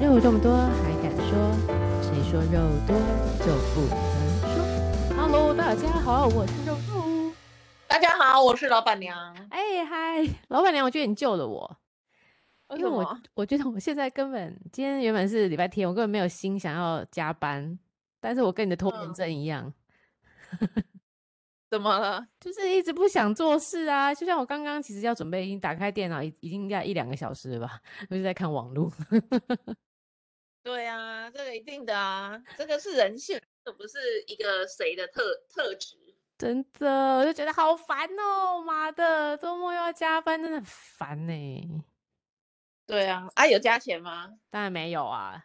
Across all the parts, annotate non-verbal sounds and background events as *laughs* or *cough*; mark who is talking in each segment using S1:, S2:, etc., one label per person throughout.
S1: 肉这么多还敢说？谁说肉多就不能说？Hello，大家好，我是肉肉。
S2: 大家好，我是老板娘。
S1: 哎嗨，老板娘，我觉得你救了我，
S2: 哎
S1: 因为我我觉得我现在根本今天原本是礼拜天，我根本没有心想要加班，但是我跟你的拖延症一样，
S2: 怎么了？
S1: 就是一直不想做事啊。就像我刚刚其实要准备，已经打开电脑，已已经要一两个小时了吧， *laughs* 我就在看网络。
S2: 对啊，这个一定的啊，这个是人性，这不是一个谁的特特质。
S1: 真的，我就觉得好烦哦，妈的，周末又要加班，真的很烦欸呢、
S2: 对啊，啊，有加钱吗？
S1: 当然没有啊，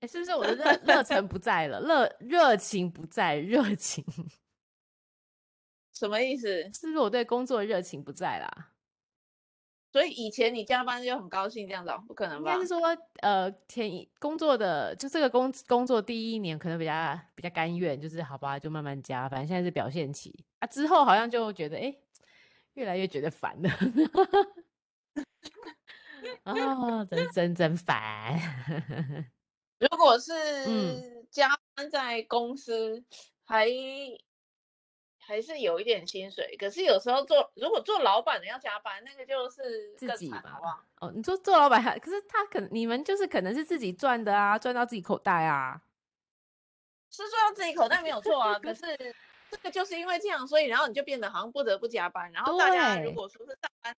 S1: 哎，是不是我的热热忱不在了？热热情不在，热情 *laughs*
S2: 什么意思？
S1: 是不是我对工作的热情不在啦？
S2: 所以以前你加班就很高兴这样子、哦，不可能
S1: 应
S2: 吧
S1: 该是？说，呃，前一工作的就这个工工作第一年可能比较比较甘愿，就是好吧，就慢慢加，反正现在是表现期啊。之后好像就觉得，哎、越来越觉得烦了。 *laughs* 哦，真真真烦。
S2: 如果
S1: 嗯
S2: 是加班在公司，还还是有一点薪水，可是有时候做如果做老板的要加班，那个就是
S1: 自
S2: 更
S1: 己
S2: 惨
S1: 嘛
S2: 好不好？
S1: 哦，你说做老板还，可是他可能你们就是可能是自己赚的啊，赚到自己口袋啊。
S2: 是做到自己口袋没有错啊，可是这个就是因为这样，所以然后你就变得好像不得不加班。然后大家如
S1: 对
S2: 果说是上班，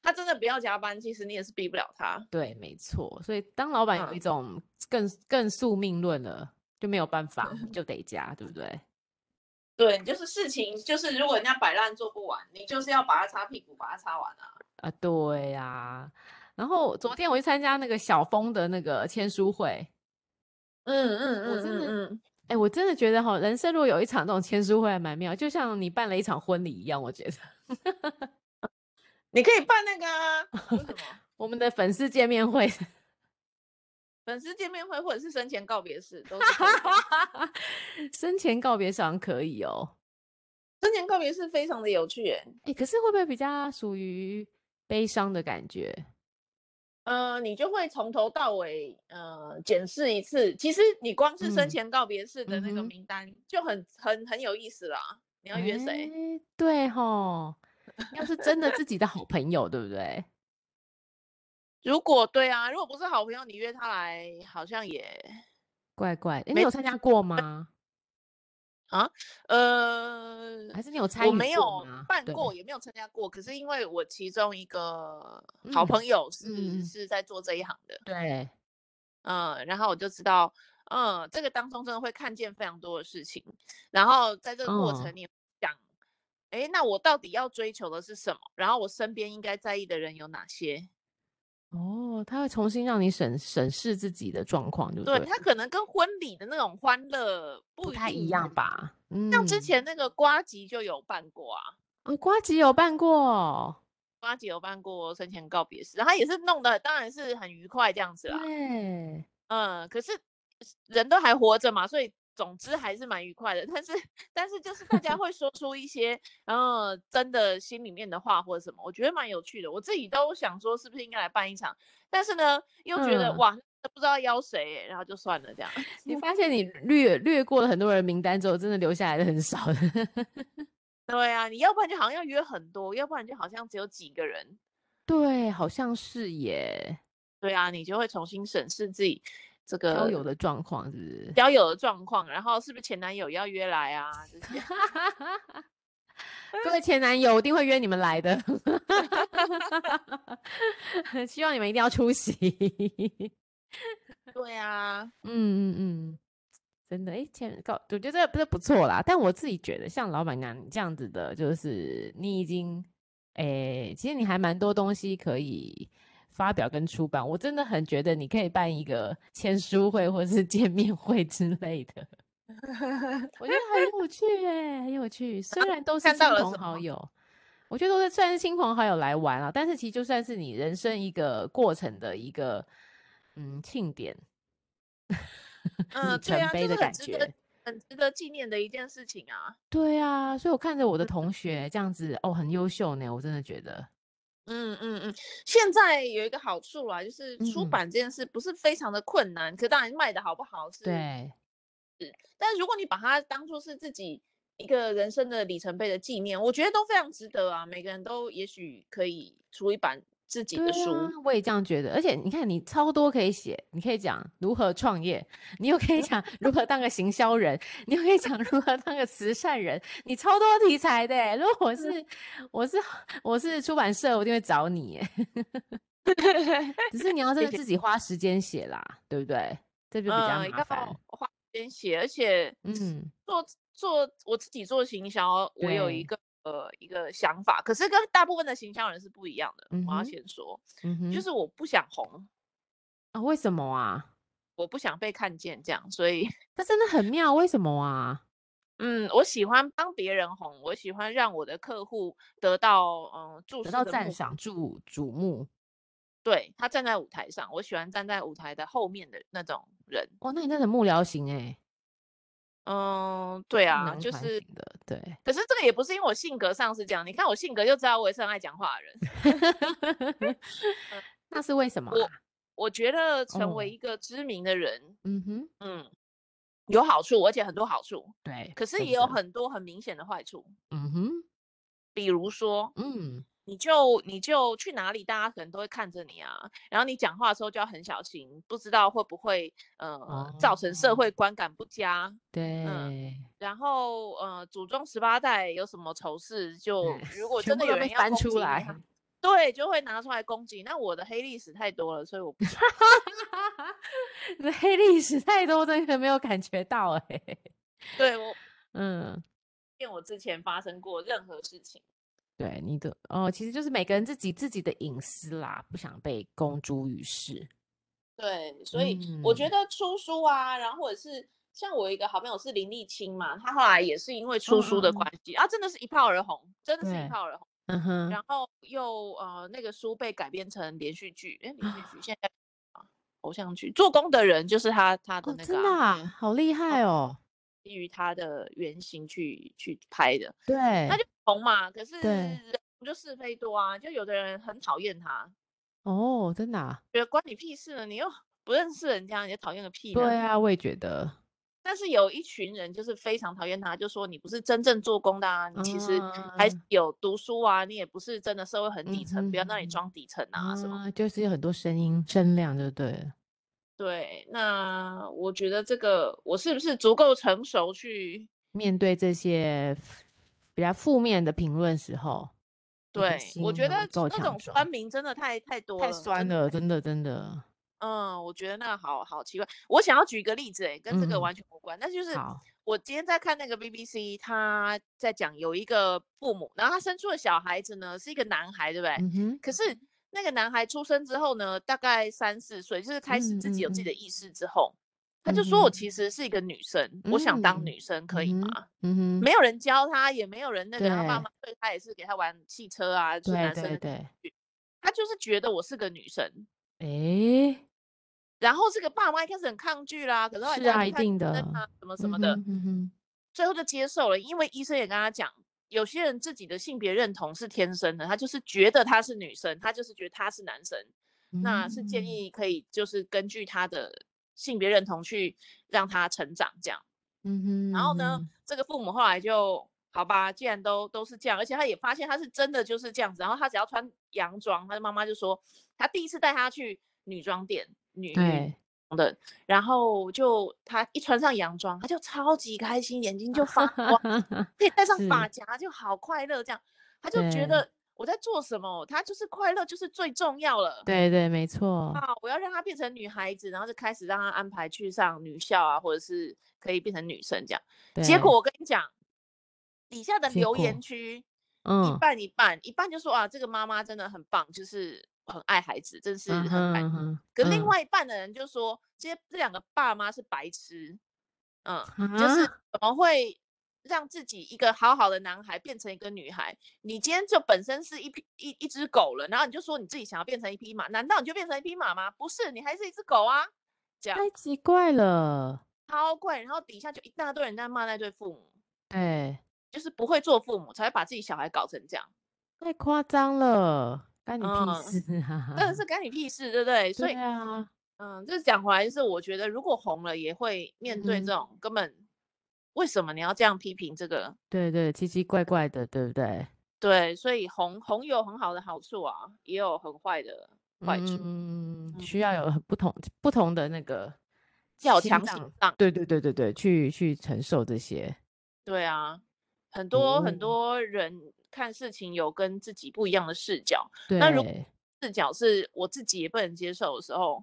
S2: 他真的不要加班，其实你也是逼不了他。
S1: 对，没错。所以当老板有一种更更宿命论了，就没有办法，就得加，对不对？
S2: 对，就是事情就是如果人家摆烂做不完，你就是要把它擦屁股，把它擦完啊。
S1: 啊，对呀、然后昨天我去参加那个小峰的那个签书会，
S2: 嗯嗯
S1: 我真的
S2: 嗯嗯
S1: 哎，我真的觉得哈，人生如果有一场这种签书会还蛮妙，就像你办了一场婚礼一样，我觉得 *laughs*
S2: 你可以办那个啊，为什 *laughs* 么
S1: 我们的粉丝见面会 *laughs*
S2: 粉丝见面会或者是生前告别式都是可以的
S1: 生前告别式好像可以哦。
S2: 生前告别式非常的有趣耶。
S1: 哎，可是会不会比较属于悲伤的感觉？
S2: 呃，你就会从头到尾呃检视一次。其实你光是
S1: 嗯
S2: 生前告别式的那个
S1: 嗯哼
S2: 名单就很很很有意思啦。你要约谁？
S1: 诶？对吼，要是真的自己的好朋友，对不对？
S2: 如果对啊，如果不是好朋友，你约他来好像也
S1: 怪怪的，诶你
S2: 没
S1: 有参加过吗？
S2: 呃，
S1: 还是你有参与
S2: 我没
S1: 过
S2: 有
S1: 吗
S2: 办
S1: 对
S2: 过，也没有参加过。可是因为我其中一个好
S1: 嗯
S2: 朋友是、
S1: 嗯嗯
S2: 是在做这一行的，
S1: 对，
S2: 嗯，然后我就知道，嗯，这个当中真的会看见非常多的事情，然后在这个过
S1: 哦
S2: 程你想，哎，那我到底要追求的是什么？然后我身边应该在意的人有哪些？
S1: 哦，他会重新让你审审视自己的状况，对不
S2: 对，
S1: 对？
S2: 他可能跟婚礼的那种欢乐
S1: 不
S2: 不一
S1: 太一
S2: 定
S1: 样？吧？嗯，
S2: 像之前那个瓜吉就有办过啊，
S1: 哦，瓜吉有办过，
S2: 瓜吉有办过生前告别式，他也是弄得当然是很愉快这样子啦。
S1: 对，
S2: 嗯，可是人都还活着嘛，所以总之还是蛮愉快的。但 *laughs* 是，但是就是
S1: *laughs*
S2: 大家会说出一些，呃，真的心里面的话或者什么，我觉得蛮有趣的。我自己都想说，是不是应该来办一场？但是呢，又觉得、
S1: 嗯
S2: 哇，不知道邀谁欸，然后就算了这样。
S1: *laughs* 你
S2: *laughs*
S1: 发现你略略过了很多人名单之后，真的留下来的很少 *laughs* 的。
S2: 对啊，你要不然就好像要约很多，要不然就好像只有几个人。
S1: 对，好像是耶，
S2: 对啊，你就会重新审视自己这
S1: 交
S2: 个
S1: 友的状况是不是？
S2: 交友的状况，然后是不是前男友要约来啊？这
S1: *laughs*
S2: 些
S1: 各位前男友，我一定会约你们来的， *laughs* 希望你们一定要出席。
S2: 对啊，
S1: 嗯嗯嗯，真的，哎，前告，我觉得这这不错啦。但我自己觉得，像老板娘你这样子的，就是你已经，哎，其实你还蛮多东西可以发表跟出版。我真的很觉得你可以办一个签书会或是见面会之类的，我觉得很有趣哎、很有
S2: *laughs*
S1: 趣。虽然都是
S2: 看
S1: 亲
S2: 到了
S1: 朋
S2: 什
S1: 好
S2: 么
S1: 友。我觉得都是算是亲朋好友来玩啊，但是其实就算是你人生一个过程的一个嗯庆典，里
S2: 嗯，对
S1: 程
S2: 啊，
S1: 碑
S2: 就
S1: 的
S2: 是
S1: 感
S2: 很值得
S1: 觉、
S2: 很值得纪念的一件事情啊。
S1: 对啊，所以我看着我的
S2: 嗯 *laughs*
S1: 同学这样子，哦，很优秀呢，我真的觉得，
S2: 嗯嗯嗯，现在有一个好处啦，就是出
S1: 嗯
S2: 版这件事不是非常的困难，可当然卖的好不好是，
S1: 对，
S2: 但如果你把它当做是自己一个人生的里程碑的纪念，我觉得都非常值得啊。每个人都也许可以出一版自己
S1: 对
S2: 的书，
S1: 啊，我也这样觉得。而且你看，你超多可以写，你可以讲如何创业，你又可以
S2: *laughs*
S1: 讲如何当个行销人，你又可以讲如何当个慈善人，你超多题材的欸。如果我是
S2: *laughs*
S1: 我是我是出版社，我一定会找你耶。只是你要真
S2: 谢
S1: 的
S2: 谢
S1: 自己花时间写啦，对不对？这 *laughs* 就比较
S2: 嗯，
S1: 麻烦
S2: 要。花时间写，而且
S1: 嗯，
S2: 做做我自己做行销，我有一
S1: 对
S2: 个呃一个想法，可是跟大部分的行销人是不一样的。我要
S1: 嗯哼
S2: 先说，
S1: 嗯哼，
S2: 就是我不想红，
S1: 啊，为什么啊？
S2: 我不想被看见，这样，所以
S1: 这真的很妙，为什么啊？
S2: 嗯，我喜欢帮别人红，我喜欢让我的客户得到嗯注
S1: 得
S2: 视
S1: 到
S2: 的
S1: 赞
S2: 目
S1: 赏、注瞩目。
S2: 对他站在舞台上，我喜欢站在舞台的后面的那种人。
S1: 哇，那你真的很幕僚型哎，
S2: 嗯，对
S1: 智
S2: 啊，
S1: 囊
S2: 就
S1: 团
S2: 是
S1: 型的，对。
S2: 可是这个也不是因为我性格上是这样，你看我性格就知道我也是很爱讲话的人。
S1: *laughs* 那是为什么、
S2: 嗯我
S1: 啊？
S2: 我觉得成为
S1: 哦
S2: 一个知名的人，
S1: 嗯哼，
S2: 嗯，有好处，而且很多好处，
S1: 对。
S2: 可是
S1: 真
S2: 也有
S1: 的，
S2: 很多很明显的坏处。
S1: 嗯哼，
S2: 比如说，
S1: 嗯，
S2: 你就你就去哪里，大家可能都会看着你啊。然后你讲话的时候就要很小心，不知道会不会呃、造成社
S1: 哦
S2: 会观感不佳。
S1: 对， *laughs*
S2: 然后呃，祖宗十八代有什么仇视，就如果
S1: 全
S2: 真
S1: 部
S2: 的
S1: 都被
S2: 有人要
S1: 翻
S2: 攻
S1: 出
S2: 击
S1: 来
S2: 你，。对，就会拿出来攻击。那我的黑历史太多了，所以我不想
S1: 你的黑历史太多，真的没有感觉到哎、
S2: 对我
S1: 嗯，
S2: 骗我之前发生过任何事情。
S1: 对，你的哦，其实就是每个人自己自己的隐私啦，不想被公诸于世。
S2: 对，所以我觉
S1: 嗯
S2: 得出书啊，然后或者是像我一个好朋友是林立清嘛，他后来也是因为出
S1: 嗯
S2: 书
S1: 嗯
S2: 的
S1: 嗯
S2: 关系啊，真的是一炮而红，真的是一
S1: 对
S2: 炮而红。
S1: 嗯哼，
S2: 然后又呃，那个书被改编成连续剧，哎，连续剧现在啊偶像剧《做工的人》就是他他的
S1: 哦，
S2: 那个
S1: 真的
S2: 啊
S1: 啊，好厉害哦。
S2: 基于他的原型去去拍的，
S1: 对，
S2: 那就红嘛。可是
S1: 对
S2: 人就是非多啊，就有的人很讨厌他，
S1: 哦，真的、啊，
S2: 觉得关你屁事呢，你又不认识人家，你就讨厌个屁呢。
S1: 对啊，我也觉得。
S2: 但是有一群人就是非常讨厌他，就说你不是真正做工的啊，你其实还是
S1: 啊
S2: 有读书啊，你也不是真的社会很底
S1: 嗯
S2: 层，
S1: 哼
S2: 不要让你
S1: 哼
S2: 装底层啊什么。
S1: 啊，就是有很多声音声量就对了。
S2: 对，那我觉得这个我是不是足够成熟去
S1: 面对这些比较负面的评论时候，你的
S2: 对？我
S1: 心
S2: 觉
S1: 有没有
S2: 得
S1: 够
S2: 那
S1: 强
S2: 种
S1: 壮
S2: 酸民真的太太多
S1: 太
S2: 了，
S1: 酸
S2: 真的
S1: 了，真的真的。
S2: 嗯，我觉得那个好好奇怪。我想要举一个例子、欸，跟这个
S1: 嗯
S2: 完全无关，但就是
S1: 好，
S2: 我今天在看那个 BBC，他在讲有一个父母，然后他生出的小孩子呢是一个男孩，对不对？
S1: 嗯哼，
S2: 可是那个男孩出生之后呢，大概三四岁，就是开始
S1: 嗯
S2: 自己有自己
S1: 嗯
S2: 的意识之后，他就说
S1: 嗯
S2: 我
S1: 哼
S2: 其实是一个女生，我想当女生，可以
S1: 嗯
S2: 吗
S1: 哼？嗯哼，
S2: 没有人教他，也没有人那个，他爸
S1: 对
S2: 妈对他也是给他玩汽车啊，就是
S1: 对
S2: 男生
S1: 对
S2: 的，
S1: 对，
S2: 他就是觉得我是个女生。
S1: 诶，
S2: 然后这个爸妈一开始很抗拒啦，可是后来
S1: 是
S2: 大家
S1: 啊
S2: 就
S1: 一
S2: 看
S1: 定
S2: 医生
S1: 的
S2: 啊，什么什么的，
S1: 嗯哼嗯哼
S2: 最后就接受了，因为医生也跟他讲，有些人自己的性别认同是天生的，他就是觉得他是女生，他就是觉得他是男生，那是建
S1: 嗯
S2: 议可以就是根据他的性别认同去让他成长这样。
S1: 嗯哼，
S2: 然后呢，
S1: 嗯
S2: 这个父母后来就好吧，既然都都是这样，而且他也发现他是真的就是这样子。然后他只要穿洋装，他的妈妈就说，他第一次带他去女装店，女
S1: 哼
S2: 女
S1: 对，
S2: 的，然后就他一穿上洋装，他就超级开心，眼睛就
S1: *laughs*
S2: 发光，可以戴上
S1: 是
S2: 发夹就好快乐，这样他就觉
S1: 对
S2: 得我在做什么，他就是快乐就是最重要了。
S1: 对对，没错，
S2: 啊，我要让她变成女孩子，然后就开始让她安排去上女校啊，或者是可以变成女生这样。结
S1: 对
S2: 果我跟你讲，底下的
S1: 结
S2: 留言
S1: 果
S2: 区一
S1: 嗯，
S2: 半一半，一半就说啊，这个妈妈真的很棒，就是很爱孩子，真是
S1: 嗯
S2: 很爱。
S1: 哼嗯
S2: 可另
S1: 嗯
S2: 外一半的人就说，这些这两个爸妈是白痴，嗯，
S1: 哼，
S2: 就是
S1: 啊，
S2: 怎么会让自己一个好好的男孩变成一个女孩？你今天就本身是一匹一一只狗了，然后你就说你自己想要变成一匹马，难道你就变成一匹马吗？不是，你还是一只狗啊，这样
S1: 太奇怪了，
S2: 超怪。然后底下就一大堆人在骂那对父母，
S1: 对，
S2: 就是不会做父母才会把自己小孩搞成这样。
S1: 太夸张了，干你
S2: 嗯
S1: 屁事啊！
S2: 真
S1: *laughs*
S2: 的是干你屁事，对不对？所以
S1: 对啊，
S2: 嗯，这讲回来就是，我觉得如果红了，也会面对
S1: 嗯
S2: 这种根本为什么你要这样批评这个？
S1: 对对，奇奇怪怪的，对不对？
S2: 对，所以红红有很好的好处啊，也有很坏的坏处，
S1: 嗯，
S2: 嗯
S1: 需要有很不同不同的那个
S2: 要有
S1: 心
S2: 强
S1: 脏
S2: 心脏。
S1: 对对对对对，去去承受这些。
S2: 对啊，很多
S1: 哦
S2: 很多人看事情有跟自己不一样的视角，
S1: 对，
S2: 那如视角是我自己也不能接受的时候，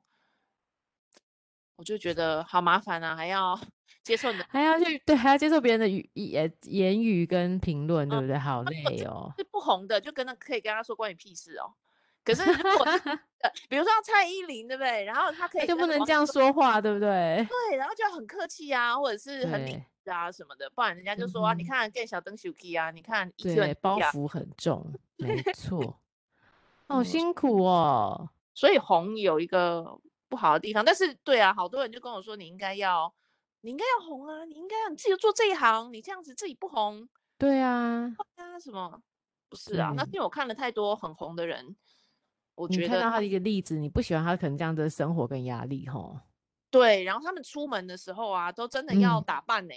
S2: 我就觉得好麻烦啊，还要 *laughs* 接受你的。
S1: 还要去对，还要接受别人的语言言语跟评论，对
S2: 嗯
S1: 不对？好
S2: 那如果
S1: 累
S2: 这
S1: 哦。
S2: 是不红的，就跟他可以跟他说关你屁事哦。可是如果是
S1: *laughs*
S2: 呃比如说像蔡依林，对不对？然后他可
S1: 那
S2: 以
S1: 就不
S2: 跟
S1: 能
S2: 王
S1: 这样说话，对不对？
S2: 对，然后就要很客气啊，或者是很理
S1: 对
S2: 智啊什么的，不然人家就说、啊，
S1: 嗯
S2: 你
S1: 哼
S2: 看更小灯 Suki 啊，你看 EQ
S1: 对
S2: 很，
S1: 包
S2: 低啊
S1: 袱很重，没
S2: *laughs*
S1: 错。好
S2: 嗯
S1: 辛苦哦。
S2: 所以红有一个不好的地方，但是对啊，好多人就跟我说，你应该要，你应该要红啊，你应该要你自己做这一行，你这样子自己不红
S1: 对啊，
S2: 啊什么？不是啊，那是
S1: 对
S2: 因为我看了太多很红的人，我
S1: 你
S2: 觉
S1: 看
S2: 得
S1: 到他的一个例子，你不喜欢他可能这样的生活跟压力，吼。
S2: 对，然后他们出门的时候啊，都真的要
S1: 嗯
S2: 打扮
S1: *laughs*
S2: 呢、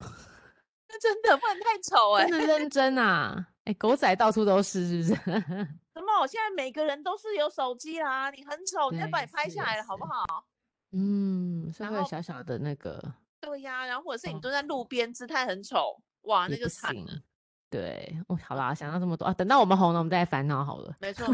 S2: 那真的不然太丑哎、
S1: 真的认真啊！哎、狗仔到处都是，是不是？ *laughs*
S2: 怎么？现在每个人都是有手机啦，你很丑，你再把
S1: 对
S2: 你拍
S1: 是
S2: 下
S1: 也
S2: 来了，好不
S1: 是
S2: 好？
S1: 嗯，是
S2: 然
S1: 会有
S2: 后
S1: 小小的那个，
S2: 对呀、然后或者是
S1: 哦
S2: 你蹲在路边，姿态很丑，哇，那
S1: 也
S2: 就
S1: 不
S2: 惨了。
S1: 行。对，哦，好啦，想到这么多啊，等到我们红了，我们再来烦恼好了。
S2: 没
S1: *laughs*
S2: 错，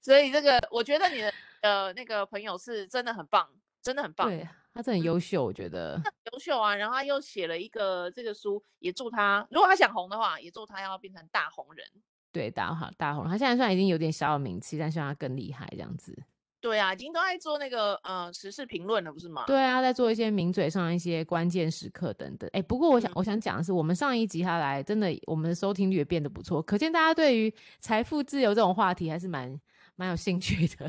S2: 所以这个我觉得你的呃那个朋友是真的很棒，真的很棒，
S1: 对，啊他真的很
S2: 嗯
S1: 优秀，我觉得。
S2: 优秀啊。然后他又写了一个这个书，也祝他，如果他想红的话，也祝他要变成大红人。
S1: 对，大好大红了，他现在虽然已经有点小有名气，但希望他更厉害这样子。
S2: 对啊，已经都在做那个呃时事评论了，不是吗？
S1: 对啊，在做一些名嘴上一些关键时刻等等。哎、不过我想
S2: 嗯
S1: 我想讲的是，我们上一集他来，真的我们的收听率也变得不错，可见大家对于财富自由这种话题还是蛮蛮有兴趣的。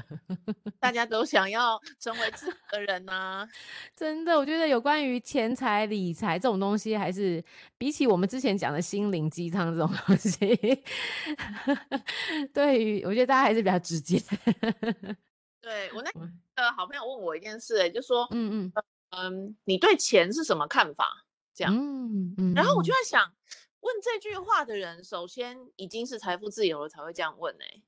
S2: 大家都想要成为自己的人呐、
S1: 真的，我觉得有关于钱财、理财这种东西，还是比起我们之前讲的心灵鸡汤这种东西， *laughs* 对于我觉得大家还是比较直接。 *laughs*
S2: 对我那
S1: 我
S2: 个好朋友问我一件事、欸，就说，
S1: 嗯嗯
S2: 嗯，你对钱是什么看法？这样
S1: 嗯嗯，
S2: 然后我
S1: 嗯
S2: 就在想，问这句话的人，首先已经是财富自由了才会这样问哎、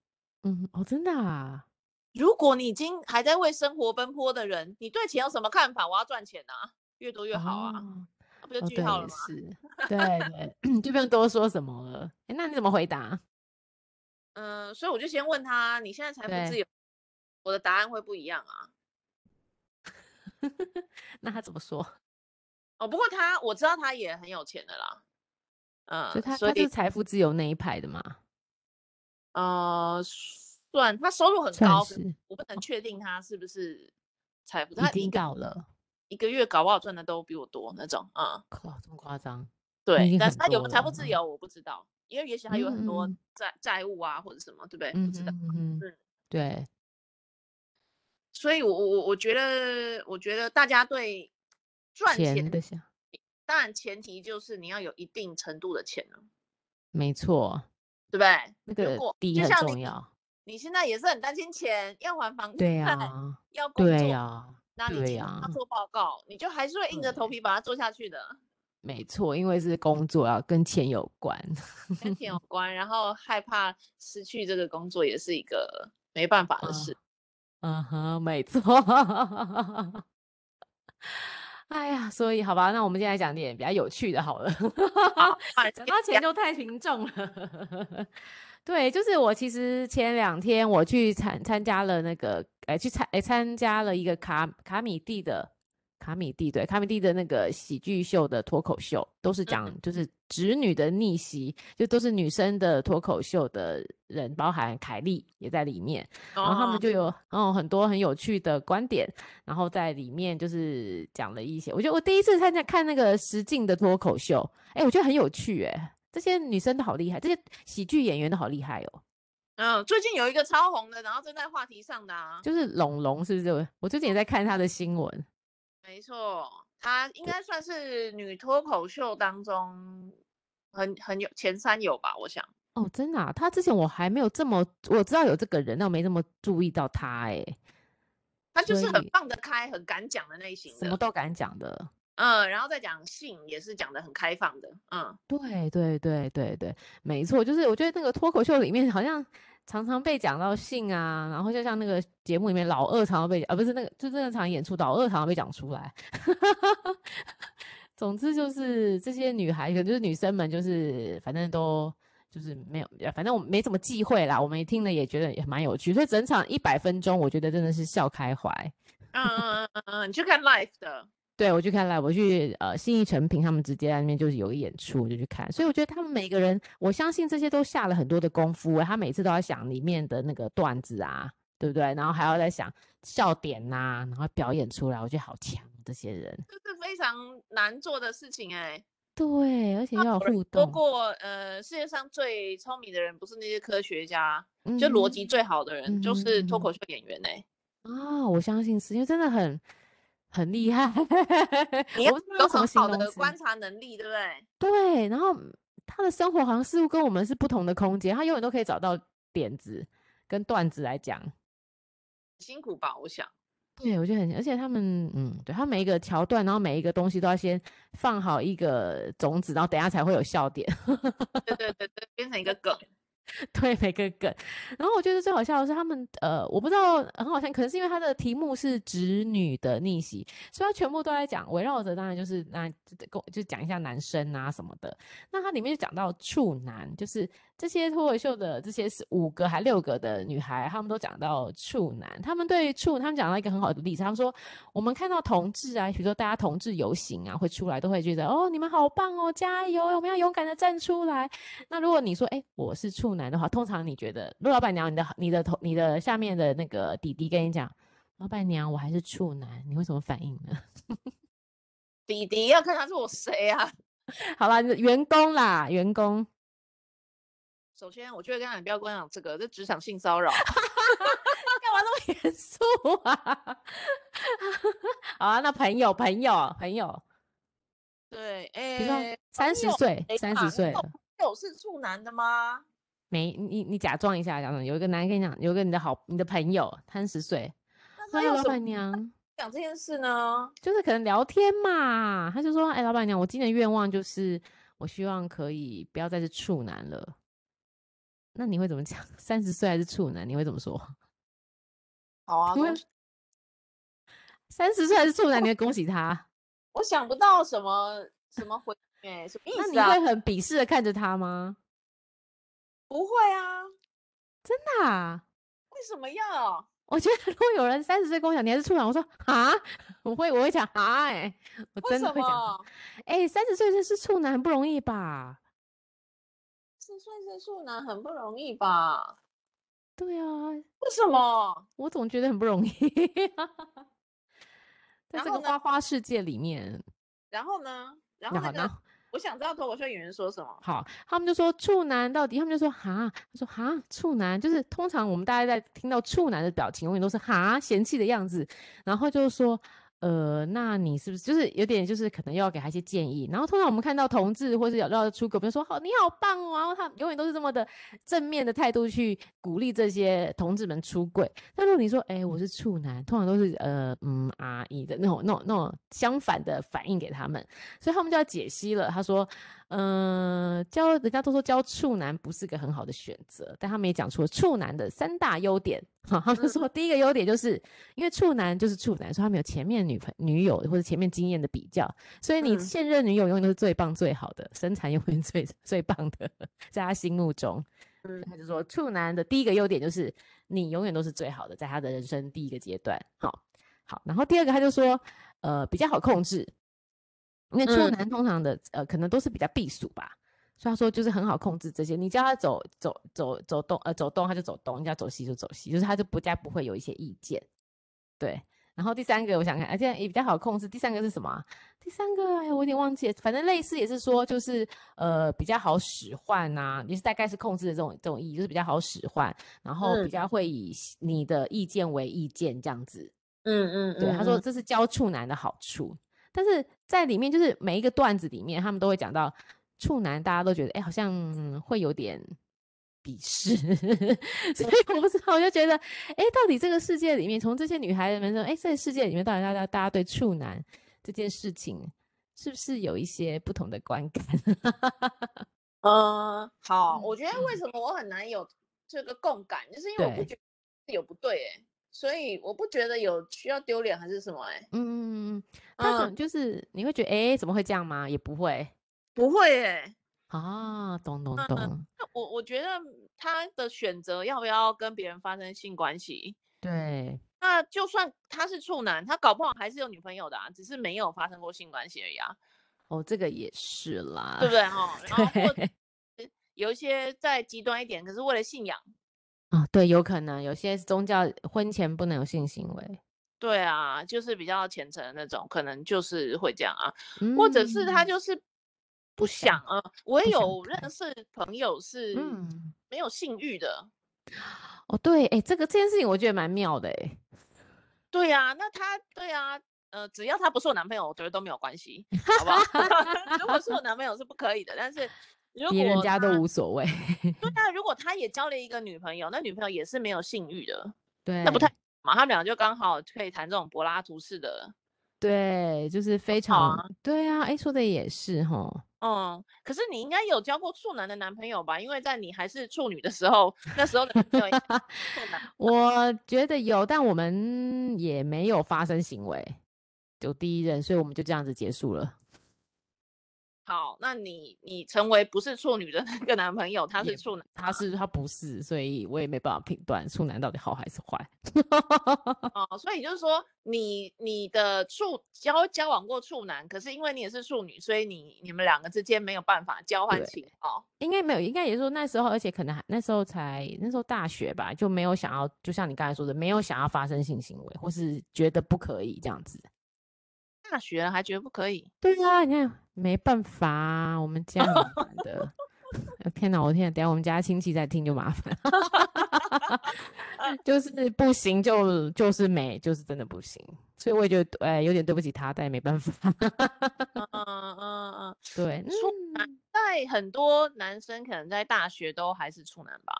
S1: 嗯哦，真的啊，
S2: 如果你已经还在为生活奔波的人，你对钱有什么看法？我要赚钱啊，越多越好啊，
S1: 哦
S2: 那不就
S1: 哦
S2: 句
S1: 对
S2: 号了吗？
S1: 是，对对， *clears throat* 就不用多说什么了。诶那你怎么回答？
S2: 嗯、所以我就先问他，你现在财富自
S1: 对
S2: 由，我的答案会不一样啊。
S1: 那他怎么说？
S2: 哦，不过他我知道他也很有钱的啦，嗯、
S1: 所以他
S2: 所
S1: 他
S2: 以
S1: 是财富自由那一派的嘛？
S2: 呃，算他收入很
S1: 算
S2: 高，可
S1: 是
S2: 我不能确定他是不是财富，
S1: 一
S2: 他一
S1: 定
S2: 个
S1: 到了。
S2: 一个月搞不好赚的都比我多那种，嗯。
S1: 靠，这么夸张？已
S2: 对
S1: 经，
S2: 但
S1: 很
S2: 是他有
S1: 多
S2: 没有财
S1: 了
S2: 富自
S1: 嗯
S2: 由我不知道，因为也许他有很多
S1: 嗯嗯嗯
S2: 债债务啊或者什么，对不对？不
S1: 嗯
S2: 知道。
S1: 嗯嗯嗯
S2: 嗯，
S1: 对。
S2: 所以我我我我觉得，我觉得大家对赚
S1: 钱
S2: 钱，
S1: 的想，
S2: 当然前提就是你要有一定程度的钱啊，
S1: 没错，
S2: 对不对？
S1: 那
S2: 如
S1: 个
S2: 果
S1: 底
S2: 就
S1: 很
S2: 像
S1: 重
S2: 你
S1: 要。
S2: 你现在也是很担心钱，要还房贷，
S1: 对呀，
S2: 要工
S1: 对啊
S2: 作，
S1: 呀，
S2: 那你
S1: 对
S2: 请
S1: 呀
S2: 他，做报告，你就还是会硬着头
S1: 对
S2: 皮把它做下去的，
S1: 没错，因为是工作要跟钱有关。
S2: 跟钱有关。然后害怕失去这个工作也是一个没办法的事。
S1: 啊嗯哼，没错。 *laughs* 哎呀，所以好吧，那我们现在讲点比较有趣的好了。 *laughs*
S2: 啊这
S1: 讲
S2: 个
S1: 到钱就太平重了。 *laughs* 对，就是我其实前两天我去参参加了那个，哎、去参哎、参加了一个卡卡米蒂的卡米蒂，对卡米蒂的那个喜剧秀的脱口秀，都是讲就是直女的逆袭，就都是女生的脱口秀的人，包含凯莉也在里面。然后他
S2: 哦
S1: 们就有嗯很多很有趣的观点，然后在里面就是讲了一些，我觉得我第一次参加看那个实境的脱口秀，哎，我觉得很有趣哎，这些女生都好厉害，这些喜剧演员都好厉害哦，
S2: 嗯，最近有一个超红的，然后正在话题上的啊，
S1: 就是龙龙是不是？我最近也在看她的新闻，
S2: 没错，她应该算是女脱口秀当中很很有前三有吧，我想。
S1: 哦，真的啊，他之前我还没有这么，我知道有这个人，但我没这么注意到他、哎，
S2: 他就是
S1: 所
S2: 很
S1: 以
S2: 放得开、很敢讲的类型
S1: 什么
S2: 的。
S1: 都敢讲的。
S2: 嗯，然后再讲性也是讲的很开放的。嗯，
S1: 对对对对对，没错，就是我觉得那个脱口秀里面好像常常被讲到性啊，然后就像那个节目里面老二常常被，啊不是那个，就正常演出老二常常被讲出来。 *laughs* 总之就是这些女孩，可能就是女生们，就是反正都就是没有，反正我没什么忌讳啦。我们也听了也觉得也蛮有趣，所以整场一百分钟，我觉得真的是笑开怀。
S2: 嗯嗯嗯嗯嗯，你去看 live 的，
S1: 对，我去看了，我去呃信义诚品，他们直接在那边就是有一演出，我就去看。所以我觉得他们每个人，我相信这些都下了很多的功夫、欸他每次都要想里面的那个段子啊，对不对？然后还要再想笑点呐、然后表演出来，我觉得好强哦这些人。
S2: 这是非常难做的事情哎、
S1: 对，而且要有互
S2: 不
S1: 动，
S2: 过呃，世界上最聪明的人不是那些科学家，
S1: 嗯
S2: 就逻辑最好的人、就是脱
S1: 嗯哼嗯哼
S2: 口秀演员哎、
S1: 嗯哼啊，我相信是因为真的很很厉害。我
S2: 你要
S1: 不知道用
S2: 有
S1: 什么
S2: 很
S1: 形
S2: 好
S1: 容
S2: 的
S1: 词
S2: 观察能力，对不对？
S1: 对，然后他的生活好像似乎跟我们是不同的空间，他永远都可以找到点子跟段子来讲。
S2: 辛苦吧，我想。
S1: 对，我觉得很，而且他们，嗯，对，他每一个桥段，然后每一个东西都要先放好一个种子，然后等一下才会有笑点。
S2: 对对对对，变成一个
S1: *laughs*
S2: 梗。
S1: 对每个梗。然后我觉得最好笑的是他们，呃，我不知道很好笑，可能是因为他的题目是直女的逆袭，所以他全部都在讲围绕着，当然就是那就就就讲一下男生啊什么的。那它里面就讲到处男，就是这些脱口秀的这些是五个还六个的女孩，她们都讲到处男，她们对处，她们讲到一个很好的例子，她们说我们看到同志啊，比如说大家同志游行啊会出来，都会觉得哦你们好棒哦，加油，我们要勇敢的站出来。那如果你说，哎、我是处男的话，通常你觉得陆老板娘，你的你的头，你的下面的那个弟弟跟你讲，老板娘，我还是处男，你会什么反应呢？ *laughs*
S2: 弟弟要看他是我谁啊？ *laughs*
S1: 好啦，你的员工啦，员工，
S2: 首先，我就会跟他讲，你不要跟我讲这个，这职场性骚扰。
S1: 干嘛那么严肃啊？ *laughs* 好啊，那朋友，朋友，朋友，
S2: 对，
S1: 比如说
S2: 哎，
S1: 三十岁
S2: 谁，啊
S1: 三
S2: 嘛
S1: 十岁了
S2: 那种，有是处男的吗？
S1: 没你你假装一下，假装有一个男人跟你讲，有一个你的好你的朋友，三十岁，
S2: 那他
S1: 那
S2: 有
S1: 老
S2: 什么
S1: 板娘。
S2: 讲这件事呢？
S1: 就是可能聊天嘛，他就说：“哎、老板娘，我今年愿望就是我希望可以不要再是处男了。”那你会怎么讲？ *laughs* 三十岁还是处男，你会怎么说？
S2: 好啊，
S1: 因为
S2: 恭喜
S1: 三十岁还是处男，你会恭喜
S2: *laughs*
S1: 他？
S2: 我想不到什么什么回应，哎，什么意
S1: 那
S2: 思
S1: 你
S2: 啊？
S1: 会很鄙视的看着他吗？
S2: 不会啊，
S1: 那、啊、
S2: 为什么要？
S1: 我觉得如果有人三十岁跟我讲你还是处男，我说啊， *laughs* 我会我会讲啊、哎，我
S2: 为
S1: 真的
S2: 什
S1: 会讲，
S2: 么？
S1: 哎，三十岁这是处男很不容易吧？
S2: 是算是处男很不容易吧？
S1: 对啊，
S2: 为什么？
S1: 我总觉得很不容易， *laughs* 在
S2: 然
S1: 这
S2: 后
S1: 个
S2: 呢
S1: 花花世界里面。
S2: 然后呢？然后
S1: 那
S2: 那
S1: 好，
S2: 个
S1: 那，
S2: 我想知道脱口秀演员说什么。
S1: 好，他们就说处男到底，他们就说哈，他说哈，处男就是通常我们大家在听到处男的表情，永远都是哈嫌弃的样子，然后就是说。呃，那你是不是就是有点就是可能又要给他一些建议？然后通常我们看到同志或是有要出狗，比如说好你好棒哦，然后他永远都是这么的正面的态度去鼓励这些同志们出柜。但如果你说哎、
S2: 嗯
S1: 我是处男，通常都是呃嗯啊咦的那种那种那种相反的反应给他们，所以他们就要解析了。他说嗯，交人家都说交处男不是个很好的选择，但他们也讲出了处男的三大优点。哈，他
S2: 嗯
S1: 们说第一个优点就是因为处男就是处男，所以他们有前面女朋女友或者前面经验的比较，所以你
S2: 嗯
S1: 现任女友永远都是最棒最好的，身材永远最最棒的， *laughs* 在他心目中。
S2: 嗯
S1: 他就说处男的第一个优点就是你永远都是最好的，在他的人生第一个阶段。好，好，然后第二个他就说，呃，比较好控制，因为处
S2: 嗯
S1: 男通常的、呃可能都是比较避暑吧，所以他说就是很好控制这些，你叫他走走走走东呃走东他就走东，你叫他走西就走西，就是他就不加不会有一些意见，对。然后第三个我想看，而且也比较好控制。第三个是什么啊、第三个哎，我有点忘记了，反正类似也是说就是呃比较好使唤呐、也是大概是控制的这种这种意义，就是比较好使唤，然后比
S2: 嗯
S1: 较会以你的意见为意见这样子。
S2: 嗯嗯
S1: 对，他说这是教处男的好处，但是在里面就是每一个段子里面，他们都会讲到处男，大家都觉得哎、好像会有点鄙视， *laughs* 所以我不知道，我就觉得，哎，到底这个世界里面，从这些女孩子们说，哎，这个世界里面到底大家大家对处男这件事情是不是有一些不同的观感？ *laughs*
S2: 嗯，好，我
S1: 嗯
S2: 觉得为什么我很难有这个共感，就是因为我不
S1: 对
S2: 觉得有不对哎、所以我不觉得有需要丢脸还是什么哎、
S1: 嗯，那
S2: 嗯
S1: 种就是你会觉得，哎，怎么会这样吗？也不会
S2: 不会哎、
S1: 啊，懂懂
S2: 嗯
S1: 懂，
S2: 那我我觉得他的选择要不要跟别人发生性关系，
S1: 对，
S2: 那就算他是处男，他搞不好还是有女朋友的啊，只是没有发生过性关系而已啊，
S1: 哦，这个也是啦，
S2: 对不对哈？然
S1: *laughs*
S2: 后或
S1: 啊对
S2: 有一些再极端一点，可是为了信仰，
S1: 啊，对，有可能有些宗教婚前不能有性行为，
S2: 对啊，就是比较虔诚的那种，可能就是会这样啊。或者是他
S1: 嗯
S2: 就是
S1: 不
S2: 不
S1: 想
S2: 想啊。我也
S1: 不想
S2: 有
S1: 开
S2: 认识朋友是
S1: 嗯，
S2: 没有性欲的，
S1: 哦，对，哎，这个这件事情我觉得蛮妙的，哎，
S2: 对呀、那他对呀、呃，只要他不是我男朋友，我觉得都没有
S1: *laughs*
S2: 关系，好 *laughs* 不好？如果是我男朋友是不可以的，但是如
S1: 别人
S2: 果
S1: 家
S2: 他
S1: 都无所谓，
S2: 对啊，如果他也交了一个女朋友，那女朋友也是没有性欲的，
S1: 对，
S2: *laughs* 那不太嘛，他们俩就刚好可以谈这种柏拉图式的。
S1: 对，就是非
S2: 好
S1: 常对啊，哎，说的也是吼，
S2: 嗯，可是你应该有交过处男的男朋友吧？因为在你还是处女的时候，那时候的男朋友也
S1: *laughs*
S2: 是处男
S1: 我觉得有，但我们也没有发生行为，就第一任，所以我们就这样子结束了。
S2: 好，那你你成为不是处女的那个男朋友，他
S1: 也
S2: 是处男，
S1: 他是他不是，所以我也没办法评断处男到底好还是坏。
S2: 哦，所以就是说你你的处交交往过处男，可是因为你也是处女，所以你你们两个之间没有办法交换
S1: 对
S2: 情报。
S1: 应该没有，应该也是说那时候，而且可能还那时候才那时候大学吧，就没有想要，就像你刚才说的，没有想要发生性行为，或是觉得不可以这样子。
S2: 大学了还觉得不可以，
S1: 对啊，你看没办法啊，我们家很烦 *laughs* 的。呃天哪，我天哪，等一下我们家亲戚在听就麻 *laughs* 烦，就是不行就就是没，就是真的不行，所以我也觉得呃有点对不起他，但也没办法。 *laughs*
S2: 嗯嗯嗯，
S1: 对，
S2: 处
S1: 嗯
S2: 男在很多男生可能在大学都还是处男吧。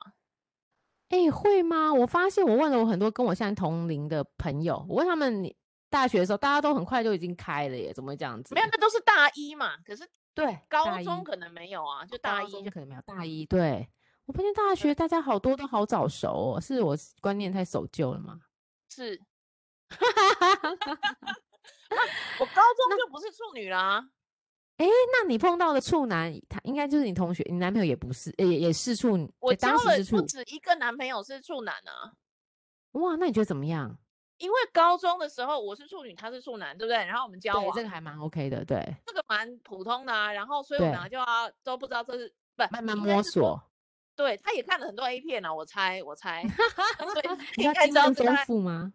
S1: 哎、会吗？我发现我问了我很多跟我现在同龄的朋友，我问他们你大学的时候，大家都很快就已经开了耶，怎么会这样子？
S2: 没有，那都是大一嘛。可是
S1: 对，
S2: 高
S1: 大一
S2: 中可能没有啊，就
S1: 大
S2: 大
S1: 一
S2: 一
S1: 就
S2: 就
S1: 可能没有大一。对，我发现大学大家好多都好早熟哦，是我观念太守旧了吗？ *laughs*
S2: 是。啊我高中就不是处女啦。
S1: 那你碰到的处男，他应该就是你同学，你男朋友也不是，也也是处女，
S2: 我
S1: 诶
S2: 交
S1: 当时
S2: 了
S1: 是
S2: 不
S1: 处。
S2: 止一个男朋友是处男啊，
S1: 哇，那你觉得怎么样？
S2: 因为高中的时候我是处女，他是处男，对不对？然后我们交
S1: 对，
S2: 往，
S1: 这个还蛮 OK 的，对，
S2: 这个蛮普通的啊。然后所以我们
S1: 对
S2: 俩就要都不知道这是不
S1: 慢慢
S2: 应该
S1: 摸
S2: 是说
S1: 索，
S2: 对，他也看了很多 A 片啊，我猜，
S1: *laughs*
S2: 我猜，所以
S1: 比
S2: 应
S1: 较
S2: 该
S1: 经
S2: 知道
S1: 验
S2: 这
S1: 丰
S2: 大概
S1: 富吗？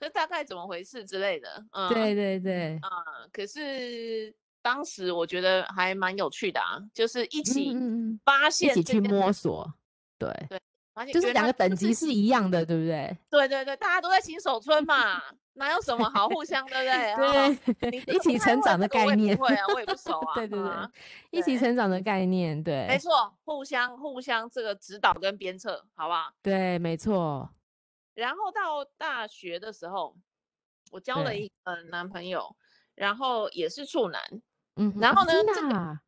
S2: 这大概怎么回事之类的。嗯，
S1: 对对对，
S2: 嗯，可是当时我觉得还蛮有趣的啊，就是一起
S1: 嗯嗯嗯，
S2: 发
S1: 一
S2: 现
S1: 起
S2: 这
S1: 去
S2: 件
S1: 摸索，对。
S2: 发现
S1: 就是
S2: 原来
S1: 两个
S2: 这
S1: 等级是一样的，对不对？
S2: 对对对，大家都在新手村嘛，哪有什么好互相，对不
S1: *laughs*
S2: 对？啊你这
S1: 一
S2: 个不
S1: 起
S2: 太
S1: 成
S2: 会
S1: 长的
S2: 这个我
S1: 概
S2: 也不
S1: 念，
S2: 会啊，我也不熟
S1: *laughs*
S2: 啊。
S1: 对对哎对
S2: 啊，
S1: 一起
S2: 对
S1: 成长的概念，
S2: 没
S1: 对
S2: 错，互相互相这个指导跟鞭策，好不好？
S1: 对，没错，
S2: 然后到大学的时候，我交了
S1: 对
S2: 一个男朋友，然后也是处男，
S1: 嗯哼，
S2: 然
S1: 哦
S2: 后呢
S1: 真
S2: 这
S1: 的
S2: 个
S1: 啊，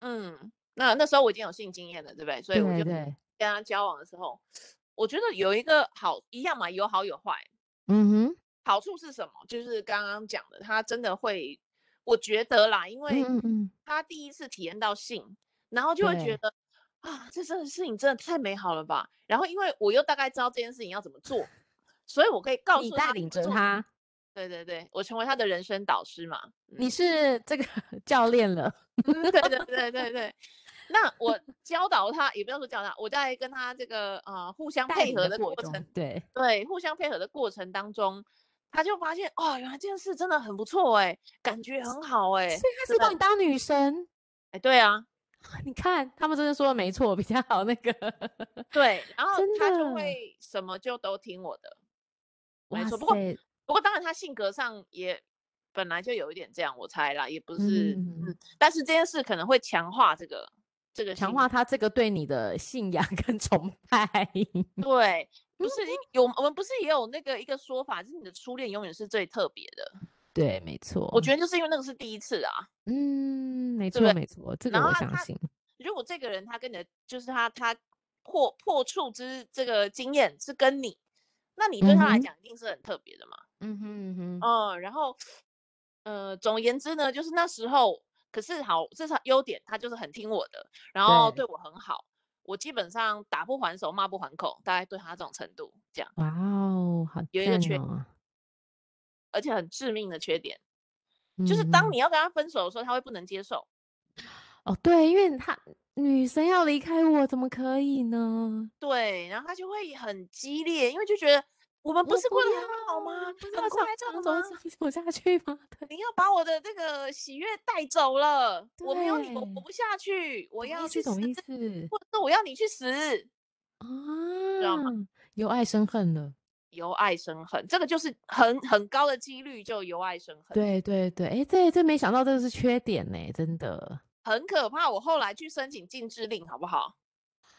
S2: 嗯，那那时候我已经有性经验了，对不对？所以我
S1: 对
S2: 就
S1: 对，
S2: 跟他交往的时候，我觉得有一个好一样嘛，有好有坏。
S1: 嗯哼，
S2: 好处是什么？就是刚刚讲的，他真的会，我觉得啦，因为
S1: 嗯嗯嗯，
S2: 他第一次体验到性，然后就会
S1: 对
S2: 觉得啊，这真的事情真的太美好了吧。然后因为我又大概知道这件事情要怎么做，所以我可以告
S1: 你
S2: 诉
S1: 带
S2: 他，
S1: 领着他，
S2: 对对对，我成为他的人生导师
S1: *laughs*
S2: 嘛。
S1: 你是这个 *laughs* 教练了，
S2: 嗯，对对对对对。那我教导他，也不要说教导他，我在跟他这个呃互相
S1: 带
S2: 配
S1: 领
S2: 合
S1: 的
S2: 过
S1: 过
S2: 程，
S1: 程，对，
S2: 对，互相配合的过程当中，他就发现哦，原来这件事真的很不错哎、感觉很好哎、
S1: 所
S2: 欸
S1: 以，他
S2: 对
S1: 是
S2: 吧
S1: 把你当女神，
S2: 哎、对啊，
S1: *laughs* 你看他们真的说的没错，比较好那个，
S2: 对，然后
S1: 真
S2: 他
S1: 的
S2: 就会什么就都听我的， *laughs* 没
S1: 哇
S2: 错。不过
S1: 塞
S2: 不过当然他性格上也本来就有一点这样，我猜啦，也不
S1: 嗯
S2: 是，
S1: 哼嗯哼
S2: 嗯，但是这件事可能会强化这个这个
S1: 强
S2: 信
S1: 化他这个对你的信仰跟崇拜。 *laughs*
S2: 对，不
S1: 嗯
S2: 是有我们不是也有那个一个说法，就是你的初恋永远是最特别的。
S1: 对，没错。
S2: 我觉得就是因为那个是第一次啊。
S1: 嗯，没
S2: 对不
S1: 错
S2: 对
S1: 没错，这个
S2: 然后
S1: 我
S2: 他
S1: 相
S2: 他
S1: 信。
S2: 如果这个人他跟你的就是他他破破处之这个经验是跟你，那你对他来
S1: 嗯哼
S2: 讲一定是很特别的嘛。
S1: 嗯哼嗯哼，
S2: 嗯，然后呃，总而言之呢，就是那时候，可是好，这是优点，他就是很听我的，然后
S1: 对
S2: 对我很好。我基本上打不还手，骂不还口，大概对他这种程度这样，
S1: 哇哦，好
S2: 有一个
S1: 赞
S2: 缺
S1: 哦。
S2: 而且很致命的缺点就是当
S1: 嗯
S2: 你要跟他分手的时候，他会不能接受。
S1: 哦对，因为他女神要离开我，怎么可以呢？
S2: 对，然后他就会很激烈，因为就觉得我们不是过得很好吗？
S1: 我不是
S2: 很
S1: 要
S2: 快
S1: 长
S2: 乐
S1: 走
S2: 吗？
S1: 走下去吗？ *laughs* 对，
S2: 你要把我的这个喜悦带走了，我没有你，我活
S1: 对
S2: 不下去，我
S1: 懂
S2: 要
S1: 意
S2: 去
S1: 思
S2: 死
S1: 懂，意思
S2: 或者是我要你去死，道
S1: 啊
S2: 吗？
S1: 由爱生恨了。
S2: 由爱生恨，这个就是很很高的几率就由爱生恨，
S1: 对对对，哎，这这没想到这个是缺点呢，真的。
S2: 很可怕。我后来去申请禁制令，好不好？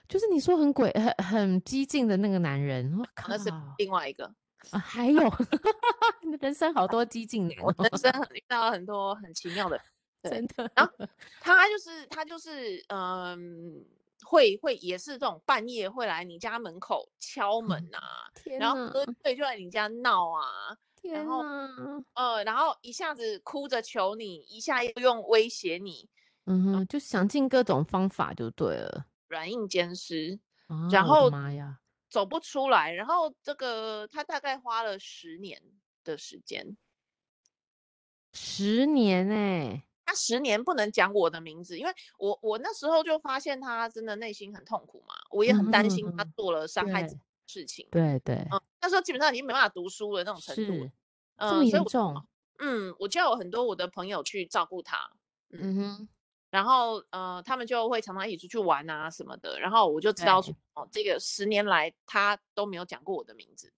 S1: 就是你说很鬼、很很激进的那个男人，我靠
S2: 哦那是另外一个，
S1: 啊！还有， *laughs* 你的人生好多激进男
S2: 我
S1: 哦，
S2: 人生很遇到很多很奇妙的 *laughs* 对
S1: 真的。
S2: 然后他就是他就是嗯，会会也是这种半夜会来你家门口敲
S1: *laughs*
S2: 门啊，
S1: 天
S2: 然后
S1: 哪，
S2: 喝醉就来你家闹啊，
S1: 天
S2: 后
S1: 哪，
S2: 呃，然后一下子哭着求你，一下又用威胁你，
S1: 嗯哼，就想尽各种方法就对了。
S2: 软硬兼施，
S1: 啊，
S2: 然
S1: 我的
S2: 后
S1: 妈呀，
S2: 走不出来。然后这个他大概花了十年的时间，
S1: 十年哎，
S2: 他十年不能讲我的名字，因为我我那时候就发现他真的内心很痛苦嘛，我也
S1: 嗯
S2: 很担
S1: 哼
S2: 心他
S1: 嗯
S2: 做了伤害自
S1: 对
S2: 己的事情。
S1: 对对，
S2: 嗯，那时候基本上已经没办法读书了那种程度了
S1: 是。
S2: 嗯、
S1: 这么
S2: 所以
S1: 严
S2: 我
S1: 重。
S2: 嗯，我叫有很多我的朋友去照顾他，
S1: 嗯哼，
S2: 然后呃，他们就会常常一起出去玩啊什么的。然后我就知道说
S1: 对，
S2: 哦，这个十年来他都没有讲过我的名字。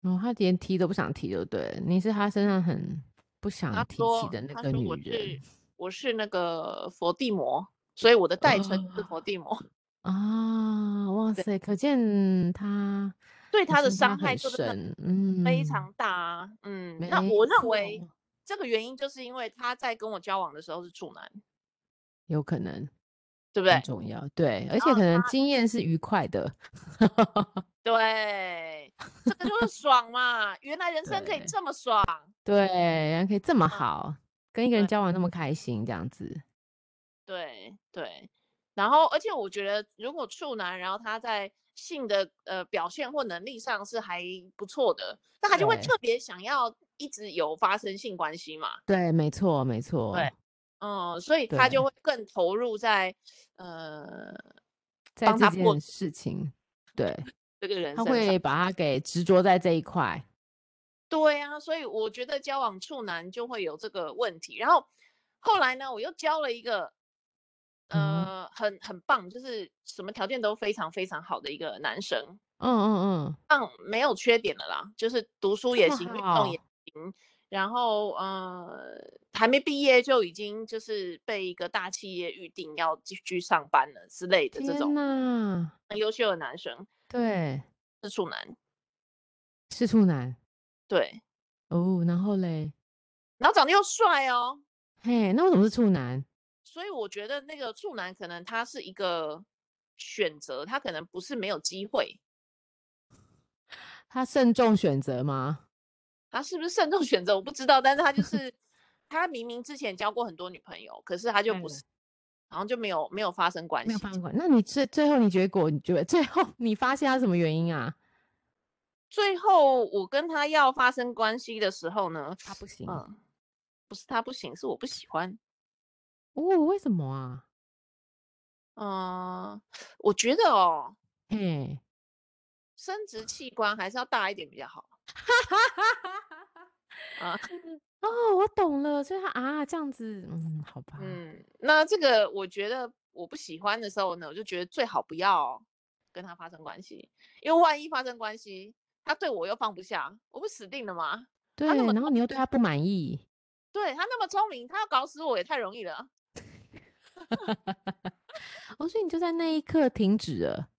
S1: 然后他哦连提都不想提，就对了。你是他身上很不想
S2: 他
S1: 嗯提起
S2: 说
S1: 的那
S2: 他
S1: 个
S2: 说
S1: 女
S2: 我
S1: 人
S2: 是我是那个佛地魔，所以我的代称是
S1: 哦
S2: 佛地魔。
S1: 啊！哇
S2: 对
S1: 塞，可见他
S2: 对
S1: 可
S2: 他的
S1: 见
S2: 伤害
S1: 很
S2: 就真的
S1: 深，嗯，
S2: 非常大啊。嗯，
S1: 没
S2: 那我认
S1: 错
S2: 为这个原因就是因为他在跟我交往的时候是处男，
S1: 有可能
S2: 对不
S1: 很
S2: 对？
S1: 重要，对，而且
S2: 后
S1: 可能经验是愉快的，
S2: 对，这个就是爽嘛！原来人生可以
S1: 对
S2: 这么爽，
S1: 对，然后可以这么好，跟一个人
S2: 嗯对
S1: 交往那么开心，这样子，
S2: 对对。然后，而且我觉得，如果处男，然后他在性的呃表现或能力上是还不错的，那他就会
S1: 对
S2: 特别想要一直有发生性关系嘛。
S1: 对，没错，没错，
S2: 嗯，所以他就
S1: 对
S2: 会更投入在呃
S1: 在
S2: 帮
S1: 这
S2: 他破
S1: 件事情，对，
S2: 这个人
S1: 他
S2: 身上。
S1: 会把他给执着在这一块，
S2: 对啊，所以我觉得交往处男就会有这个问题。然后后来呢，我又交了一个，
S1: 嗯
S2: 呃，很很棒，就是什么条件都非常非常好的一个男生，
S1: 嗯嗯嗯，
S2: 嗯，没有缺点的啦，就是读书
S1: 这
S2: 也
S1: 么
S2: 行，运动也
S1: 好
S2: 行，然后呃，还没毕业就已经就是被一个大企业预定要继续上班了之类的这
S1: 天
S2: 种
S1: 呐，
S2: 很优秀的男生
S1: 对，
S2: 是处男，
S1: 是处男
S2: 对，
S1: 哦，然后嘞，
S2: 然后长得又帅哦，
S1: 嘿，那为什么是处男？
S2: 所以我觉得那个处男可能他是一个选择，他可能不是没有机会，
S1: 他慎重选择吗？
S2: 他是不是慎重选择我不知道，但
S1: *laughs*
S2: 是他就是他明明之前交过很多女朋友，可是他就
S1: 哎
S2: 不是，然后就没有没有发生关
S1: 没有
S2: 系
S1: 发，生关。那你最最后你结果，你觉得最后你发现他什么原因啊？
S2: 最后我跟他要发生关系的时候呢，
S1: 他不行
S2: 嗯，不是他不行，是我不喜欢，
S1: 哦，为什么啊？
S2: 嗯、我觉得哦，
S1: 嘿，
S2: 生殖器官还是要大一点比较好啊。
S1: 哦，我懂了，所以他啊这样子，嗯，好吧，
S2: 嗯，那这个我觉得我不喜欢的时候呢，我就觉得最好不要跟他发生关系，因为万一发生关系，他对我又放不下，我不死定了吗？
S1: 对，
S2: 那么
S1: 然后你又对他不满意，
S2: 对他那么聪明，他要搞死我也太容易了。
S1: 哦，所以你就在那一刻停止了。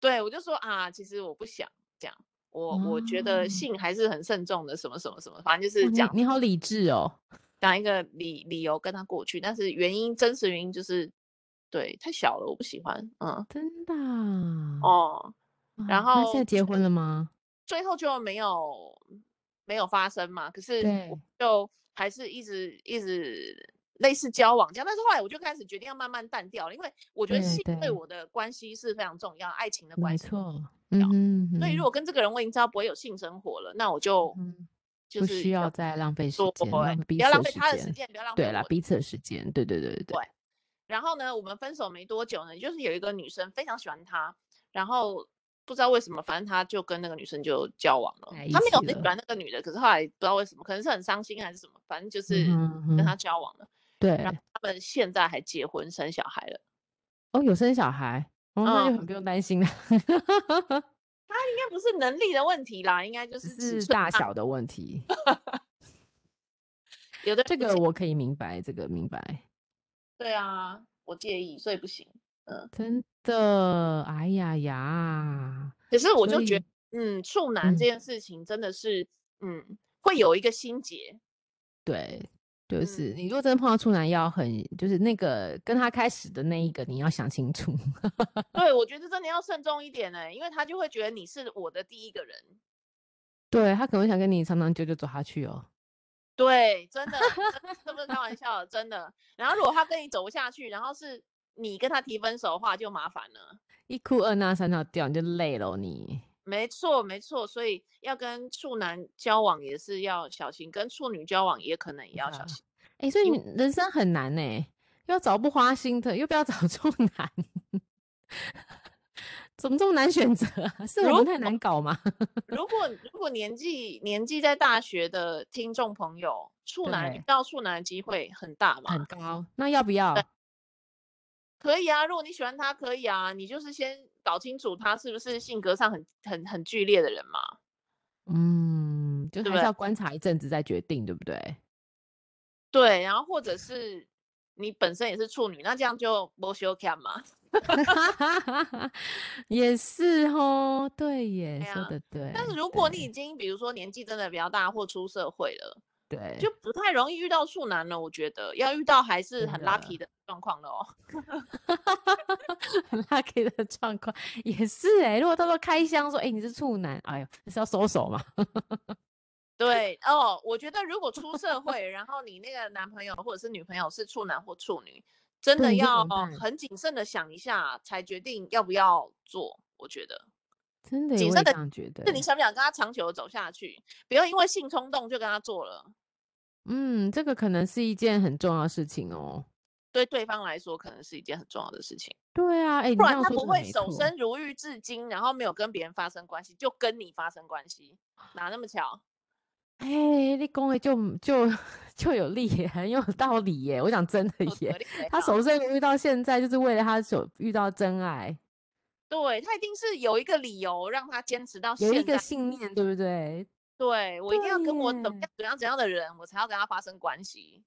S2: 对，我就说啊，其实我不想这样，我我觉得
S1: 哦
S2: 性还是很慎重的，什么什么什么，反正就
S1: 哇
S2: 是讲
S1: 你你好理智哦。
S2: 讲一个理理由跟他过去，但是原因真实原因就是，对，太小了，我不喜欢，嗯，
S1: 真的啊、
S2: 哦，
S1: 哇
S2: 然
S1: 那现在
S2: 后
S1: 结婚了吗？
S2: 最后就没有没有发生嘛，可是
S1: 对
S2: 我就还是一直一直类似交往这样，但是后来我就开始决定要慢慢淡掉了，因为我觉得
S1: 对
S2: 性
S1: 对
S2: 对我的关系是非常重要，爱情的关
S1: 没
S2: 系，
S1: 错，
S2: 要
S1: 嗯哼
S2: 所以
S1: 哼
S2: 如果跟这个人我已经知道不会有性生活了，那我就
S1: 嗯
S2: 就
S1: 不
S2: 是
S1: 需要再浪费时
S2: 做，
S1: 间，浪费
S2: 不
S1: 彼
S2: 要
S1: 此
S2: 浪
S1: 的
S2: 费
S1: 时
S2: 他的时
S1: 间。
S2: 间，不要浪费
S1: 对啦，
S2: 我的
S1: 彼此的时间，对对对对对
S2: 对，然后呢，我们分手没多久呢，就是有一个女生非常喜欢他，然后不知道为什么，反正他就跟那个女生就交往了。
S1: 在一
S2: 他没有
S1: 起
S2: 很喜
S1: 了
S2: 欢那个女的，可是后来不知道为什么，可能是很伤心还是什么，反正就是
S1: 嗯哼
S2: 跟
S1: 嗯
S2: 他
S1: 哼
S2: 交往了。
S1: 对
S2: 然后他们现在还结婚生小孩了，
S1: 哦，有生小孩，哦，那就
S2: 嗯
S1: 很不用担
S2: *laughs*
S1: 心了，
S2: 应该不是能力的问题啦，应该就
S1: 只
S2: 是尺
S1: 是
S2: 寸
S1: 大
S2: 大。
S1: 小的问
S2: *laughs*
S1: 题。
S2: 有的人
S1: 这
S2: 不
S1: 个
S2: 介
S1: 我可以明白，这个明白，
S2: 对啊，我介意，所以不行。
S1: 真的，哎呀呀，
S2: 可是我
S1: 所
S2: 就觉
S1: 以
S2: 得，嗯，处男
S1: 嗯
S2: 这件事情真的是，嗯，会有一个心结。
S1: 对，就
S2: 嗯
S1: 是你如果真的碰到处男，要很就是那个跟他开始的那一个，你要想清楚。 *laughs*
S2: 对，我觉得真的要慎重一点呢、欸因为他就会觉得你是我的第一个人。
S1: 对他可能会想跟你长长久久走下去哦。
S2: 对，真的，真这不是开玩笑的，真的。然后如果他跟你走不下去，然后是你跟他提分手的话，就麻烦了。
S1: 一哭二闹三上吊，你就累了哦你。
S2: 没错，没错，所以要跟处男交往也是要小心，跟处女交往也可能也要
S1: *laughs*
S2: 小
S1: 啊
S2: 心。
S1: 哎、所以
S2: 因为
S1: 你人生很难呢、又要找不花心的，又不要找处男，怎么这么难选择啊？是我
S2: 如
S1: 们太难搞吗？
S2: 如果如果年纪年纪在大学的听众朋友，处男遇
S1: 对
S2: 到处男的机会很大嘛？
S1: 很高，那要不要？
S2: 可以啊，如果你喜欢他，可以啊，你就是先搞清楚他是不是性格上很很很剧烈的人嘛。
S1: 嗯，就
S2: 对
S1: 还是
S2: 不
S1: 要观察一阵子再决定，对不对？
S2: 对，然后或者是你本身也是处女，那这样就没羞看嘛。
S1: *laughs* 也是哦，对耶，
S2: 对
S1: 说
S2: 啊
S1: 的对。
S2: 但是如果你
S1: 对
S2: 已经比如说年纪真的比较大或出社会了，
S1: 对
S2: 就不太容易遇到处男了。我觉得要遇到还是
S1: 真
S2: 很
S1: 的
S2: lucky 的状况了哦。
S1: 很 lucky 的状况，也是哎、如果到时候开箱说，哎、你是处男，哎呦，那是要收手嘛？
S2: 对哦，我觉得如果出社会，然后你那个男朋友或者是女朋友是处男或处女，真
S1: 对
S2: 的
S1: 你就怎
S2: 要
S1: 么办
S2: 很谨慎的想一下，才决定要不要做。我觉得
S1: 真的耶，
S2: 谨
S1: 我
S2: 慎
S1: 也这
S2: 地
S1: 样觉得
S2: 是你
S1: 耶。
S2: 想不想跟他长久的走下去，不要因为性冲动就跟他做了。
S1: 嗯，这个可能是一件很重要的事情哦。
S2: 对对方来说，可能是一件很重要的事情，
S1: 对啊，哎、你
S2: 不
S1: 这
S2: 然
S1: 样
S2: 他
S1: 说真的
S2: 不会
S1: 没
S2: 守
S1: 错。
S2: 身如玉至今，然后没有跟别人发生关系，就跟你发生关系，哪那么巧？
S1: 哎、你讲的就就 *laughs* 就有理耶，很有道理耶。我讲真的
S2: 有
S1: 耶
S2: 得，理没
S1: 他
S2: 到
S1: 守身如玉到现在，就是为了他所遇到真爱，
S2: 对他一定是有一个理由让他坚持到
S1: 有一
S2: 哦现
S1: 个
S2: 在。
S1: 信念，对不对？
S2: 对我一定要
S1: 对
S2: 跟我怎么
S1: 耶
S2: 样怎样怎样的人，我才要跟他发生关系。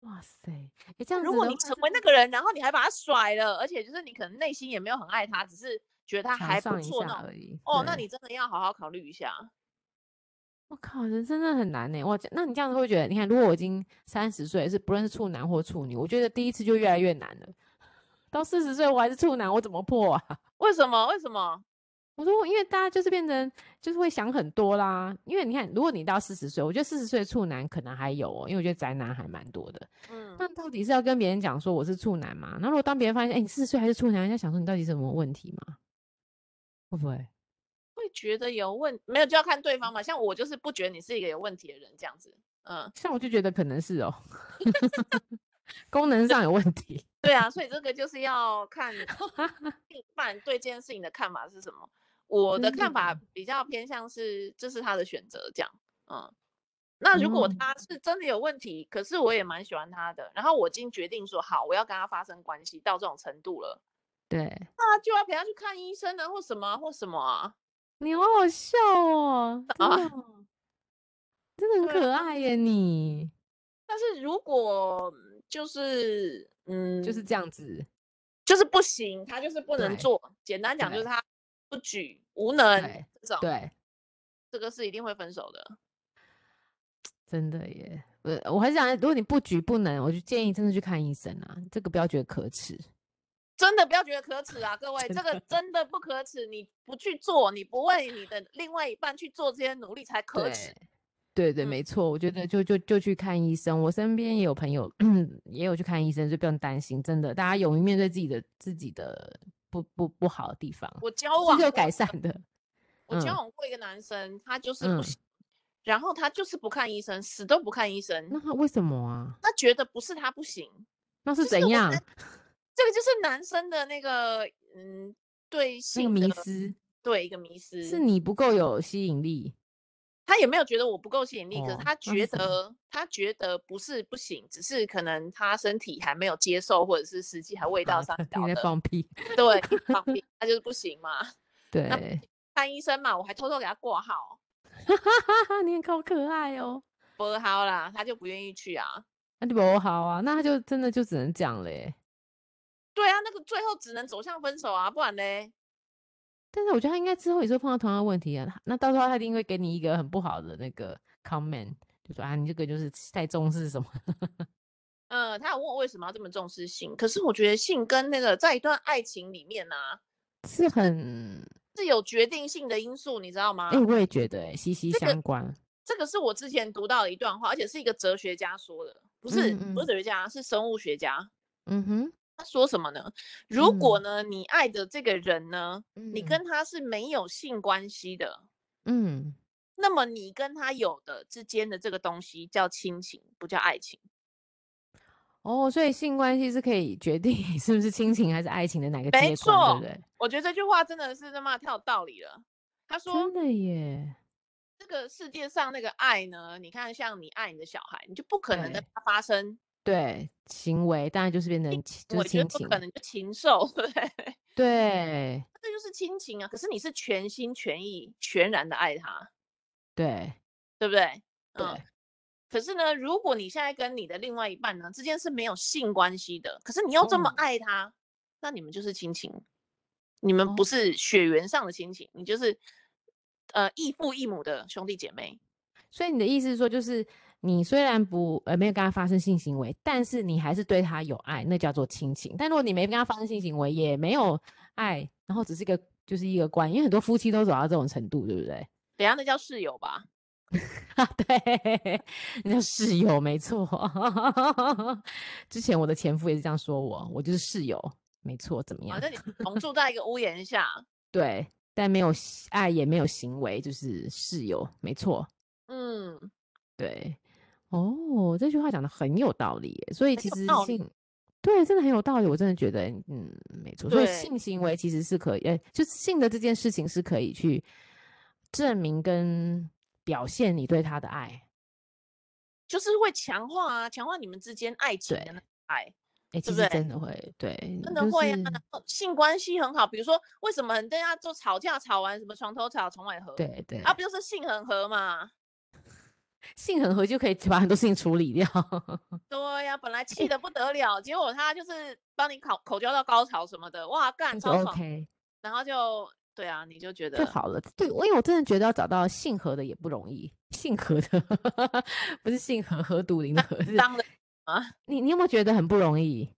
S1: 哇塞，哎、这样
S2: 如
S1: 子
S2: 果
S1: 的
S2: 你
S1: 话
S2: 成
S1: 真
S2: 为那个人，然后你还把他甩了，而且就是你可能内心也没有很爱他，只是觉得他
S1: 的瞧
S2: 还不
S1: 上一
S2: 错那
S1: 下
S2: 种。
S1: 而已。
S2: 哦，那
S1: 对
S2: 你真的要好好考虑一下。
S1: 我靠，人真的很难呢。我那你这样子会觉得，你看，如果我已经三十岁，是不论是处男或处女，我觉得第一次就越来越难了。到四十岁我还是处男，我怎么破啊？ *laughs*
S2: 为什么？为什么？
S1: 我说我，因为大家就是变成就是会想很多啦。因为你看，如果你到四十岁，我觉得四十岁处男可能还有哦，因为我觉得宅男还蛮多的。
S2: 嗯，
S1: 那到底是要跟别人讲说我是处男吗？那如果当别人发现，哎、你四十岁还是处男，人家想说你到底什么问题吗？会不会？
S2: 会觉得有问，没有就要看对方嘛。像我就是不觉得你是一个有问题的人这样子。嗯，
S1: 像我就觉得可能是哦， *laughs* 功能上有问
S2: *laughs*
S1: 题。
S2: 对啊，所以这个就是要看
S1: *laughs*
S2: 另一半对这件事情的看法是什么。我的
S1: 真
S2: 看法
S1: 的
S2: 比较偏向是，这是他的选择这样。嗯，那如果
S1: 哦
S2: 他是真的有问题，可是我也蛮喜欢他的，然后我已经决定说好，我要跟他发生关系到这种程度了，
S1: 对，
S2: 那就要陪他去看医生啊，或什么啊或什么啊。
S1: 你好好笑哦，真
S2: 啊
S1: 的哦，真的很
S2: 对
S1: 可爱耶你。
S2: 但是如果就是嗯，
S1: 就是这样子，
S2: 就是不行，他就是不能
S1: 对
S2: 做。简单讲就
S1: 对
S2: 是他不举无能
S1: 对
S2: 这种，
S1: 对，
S2: 这个是一定会分手的。
S1: 真的耶。我我很想，如果你不举不能，我就建议真的去看医生啊，这个不要觉得可耻。
S2: 真的不要觉得可耻啊，各位，
S1: 真
S2: 这个
S1: 的
S2: 真的不可耻。你不去做，你不为你的另外一半去做这些努力才可
S1: 对
S2: 耻。
S1: 对对，
S2: 嗯
S1: 没错，我觉得就就就去看医生。我身边也有朋友 *clears throat* 也有去看医生，就不用担心。真的，大家勇于面对自己的自己的不不不好的地方，
S2: 我交
S1: 这
S2: 往
S1: 是有
S2: 过
S1: 改善的。
S2: 我交
S1: 嗯
S2: 往过一个男生，他就是不
S1: 嗯
S2: 行，然后他就是不看医生，死都不看医生。
S1: 那为什么啊？
S2: 他觉得不是他不行，
S1: 那是
S2: 就是我
S1: 怎
S2: 们
S1: 样？
S2: 这个就是男生的那个嗯对
S1: 那个
S2: 性
S1: 迷
S2: 的
S1: 思
S2: 对一个迷思。
S1: 是你不够有吸引力。
S2: 他也没有觉得我不够吸引力，可是
S1: 哦
S2: 他
S1: 那是
S2: 觉
S1: 什么
S2: 得他觉得不是不行，只是可能他身体还没有接受，或者是实际还未
S1: *laughs*
S2: 到
S1: 好
S2: 上
S1: 的
S2: 到
S1: 你在
S2: 的。
S1: 放屁。
S2: 对，放屁，他就是不行嘛。
S1: 对，
S2: 看医生嘛，我还偷偷给他挂号，
S1: *laughs* 你好可爱哦。
S2: 拨号啦，他就不愿意去啊。
S1: 那就不好啊，那他就真的就只能讲嘞、
S2: 对啊，那个最后只能走向分手啊，不然嘞，
S1: 但是我觉得他应该之后也是会碰到同样的问题啊。那到时候他一定会给你一个很不好的那个 comment，就说啊，你这个就是太重视什么。
S2: 嗯、他有问我为什么要这么重视性，可是我觉得性跟那个在一段爱情里面啊，
S1: 是很
S2: 是有决定性的因素，你知道吗？
S1: 哎、我也觉得、欸、息息
S2: 啊这个
S1: 相关。
S2: 这个是我之前读到的一段话，而且是一个哲学家说的，不是
S1: 嗯
S2: 不
S1: 嗯
S2: 是哲学家，是生物学家。
S1: 嗯哼，
S2: 他说什么呢？如果
S1: 嗯
S2: 呢，你爱的这个人呢，你
S1: 嗯
S2: 跟他是没有性关系的，
S1: 嗯，
S2: 那么你跟他有的之间的这个东西叫亲情，不叫爱情。
S1: 哦，所以性关系是可以决定你是不是亲情还是爱情的哪个
S2: 没
S1: 阶段，对不对？
S2: 我觉得这句话真的是他妈太有道理了。他说
S1: 真，的耶，
S2: 这个世界上那个爱呢，你看像你爱你的小孩，你就不可能跟
S1: 对
S2: 他发生，
S1: 对，行为当然就是变成亲就
S2: 我
S1: 是
S2: 觉得
S1: 亲
S2: 不
S1: 情，
S2: 可能就禽兽， *laughs* 对不对？
S1: 对
S2: 这就是亲情啊。可是你是全心全意、全然的爱他，
S1: 对
S2: 对不对？
S1: 对，
S2: 嗯。可是呢，如果你现在跟你的另外一半呢之间是没有性关系的，可是你又这么
S1: 哦
S2: 爱他，那你们就是亲情，你们不
S1: 哦
S2: 是血缘上的亲情，你就是呃异父异母的兄弟姐妹。
S1: 所以你的意思是说，就是你虽然不呃没有跟他发生性行为，但是你还是对他有爱，那叫做亲情。但如果你没跟他发生性行为，也没有爱，然后只是一个就是一个关，因为很多夫妻都走到这种程度，对不对？
S2: 等一下那叫室友吧？
S1: 啊， *laughs* 对，那叫室友，没错。 *laughs* 之前我的前夫也是这样说我，我就是室友，没错，怎么样
S2: 反？正你们同住在一个屋檐下，
S1: 对，但没有爱，也没有行为，就是室友，没错。
S2: 嗯，
S1: 对，哦，这句话讲的很有道理耶，所以
S2: 很
S1: 其
S2: 有
S1: 实
S2: 道理
S1: 性，对，真的很有道理，我真的觉得，嗯，没错，所以
S2: 对嗯
S1: 性行为其实是可以，呃，就性的这件事情是可以去证明跟表现你对他的爱。
S2: 就是会强化啊，强化你们之间爱情的
S1: 对
S2: 那个爱，
S1: 哎，其
S2: 不
S1: 实
S2: 对
S1: 真的会，对，就
S2: 真的会啊
S1: 是。
S2: 然后性关系很好，比如说为什么很大家都吵架吵完什么床头吵床尾和，
S1: 对对，
S2: 啊，不就是性很合嘛？
S1: 性很合就可以把很多事情处理掉。
S2: 对呀、本来气得不得了，结果他就是帮你口口交到高潮什么的，哇，干
S1: *laughs* 那就
S2: 超爽。
S1: OK
S2: 然后就对啊，你就觉得
S1: 就好了。 *laughs* 对，我因为我真的觉得要找到性合的也不容易，性合的 *laughs* 不是性合合毒林的合，是
S2: 当的。
S1: 你你有没有觉得很不容易？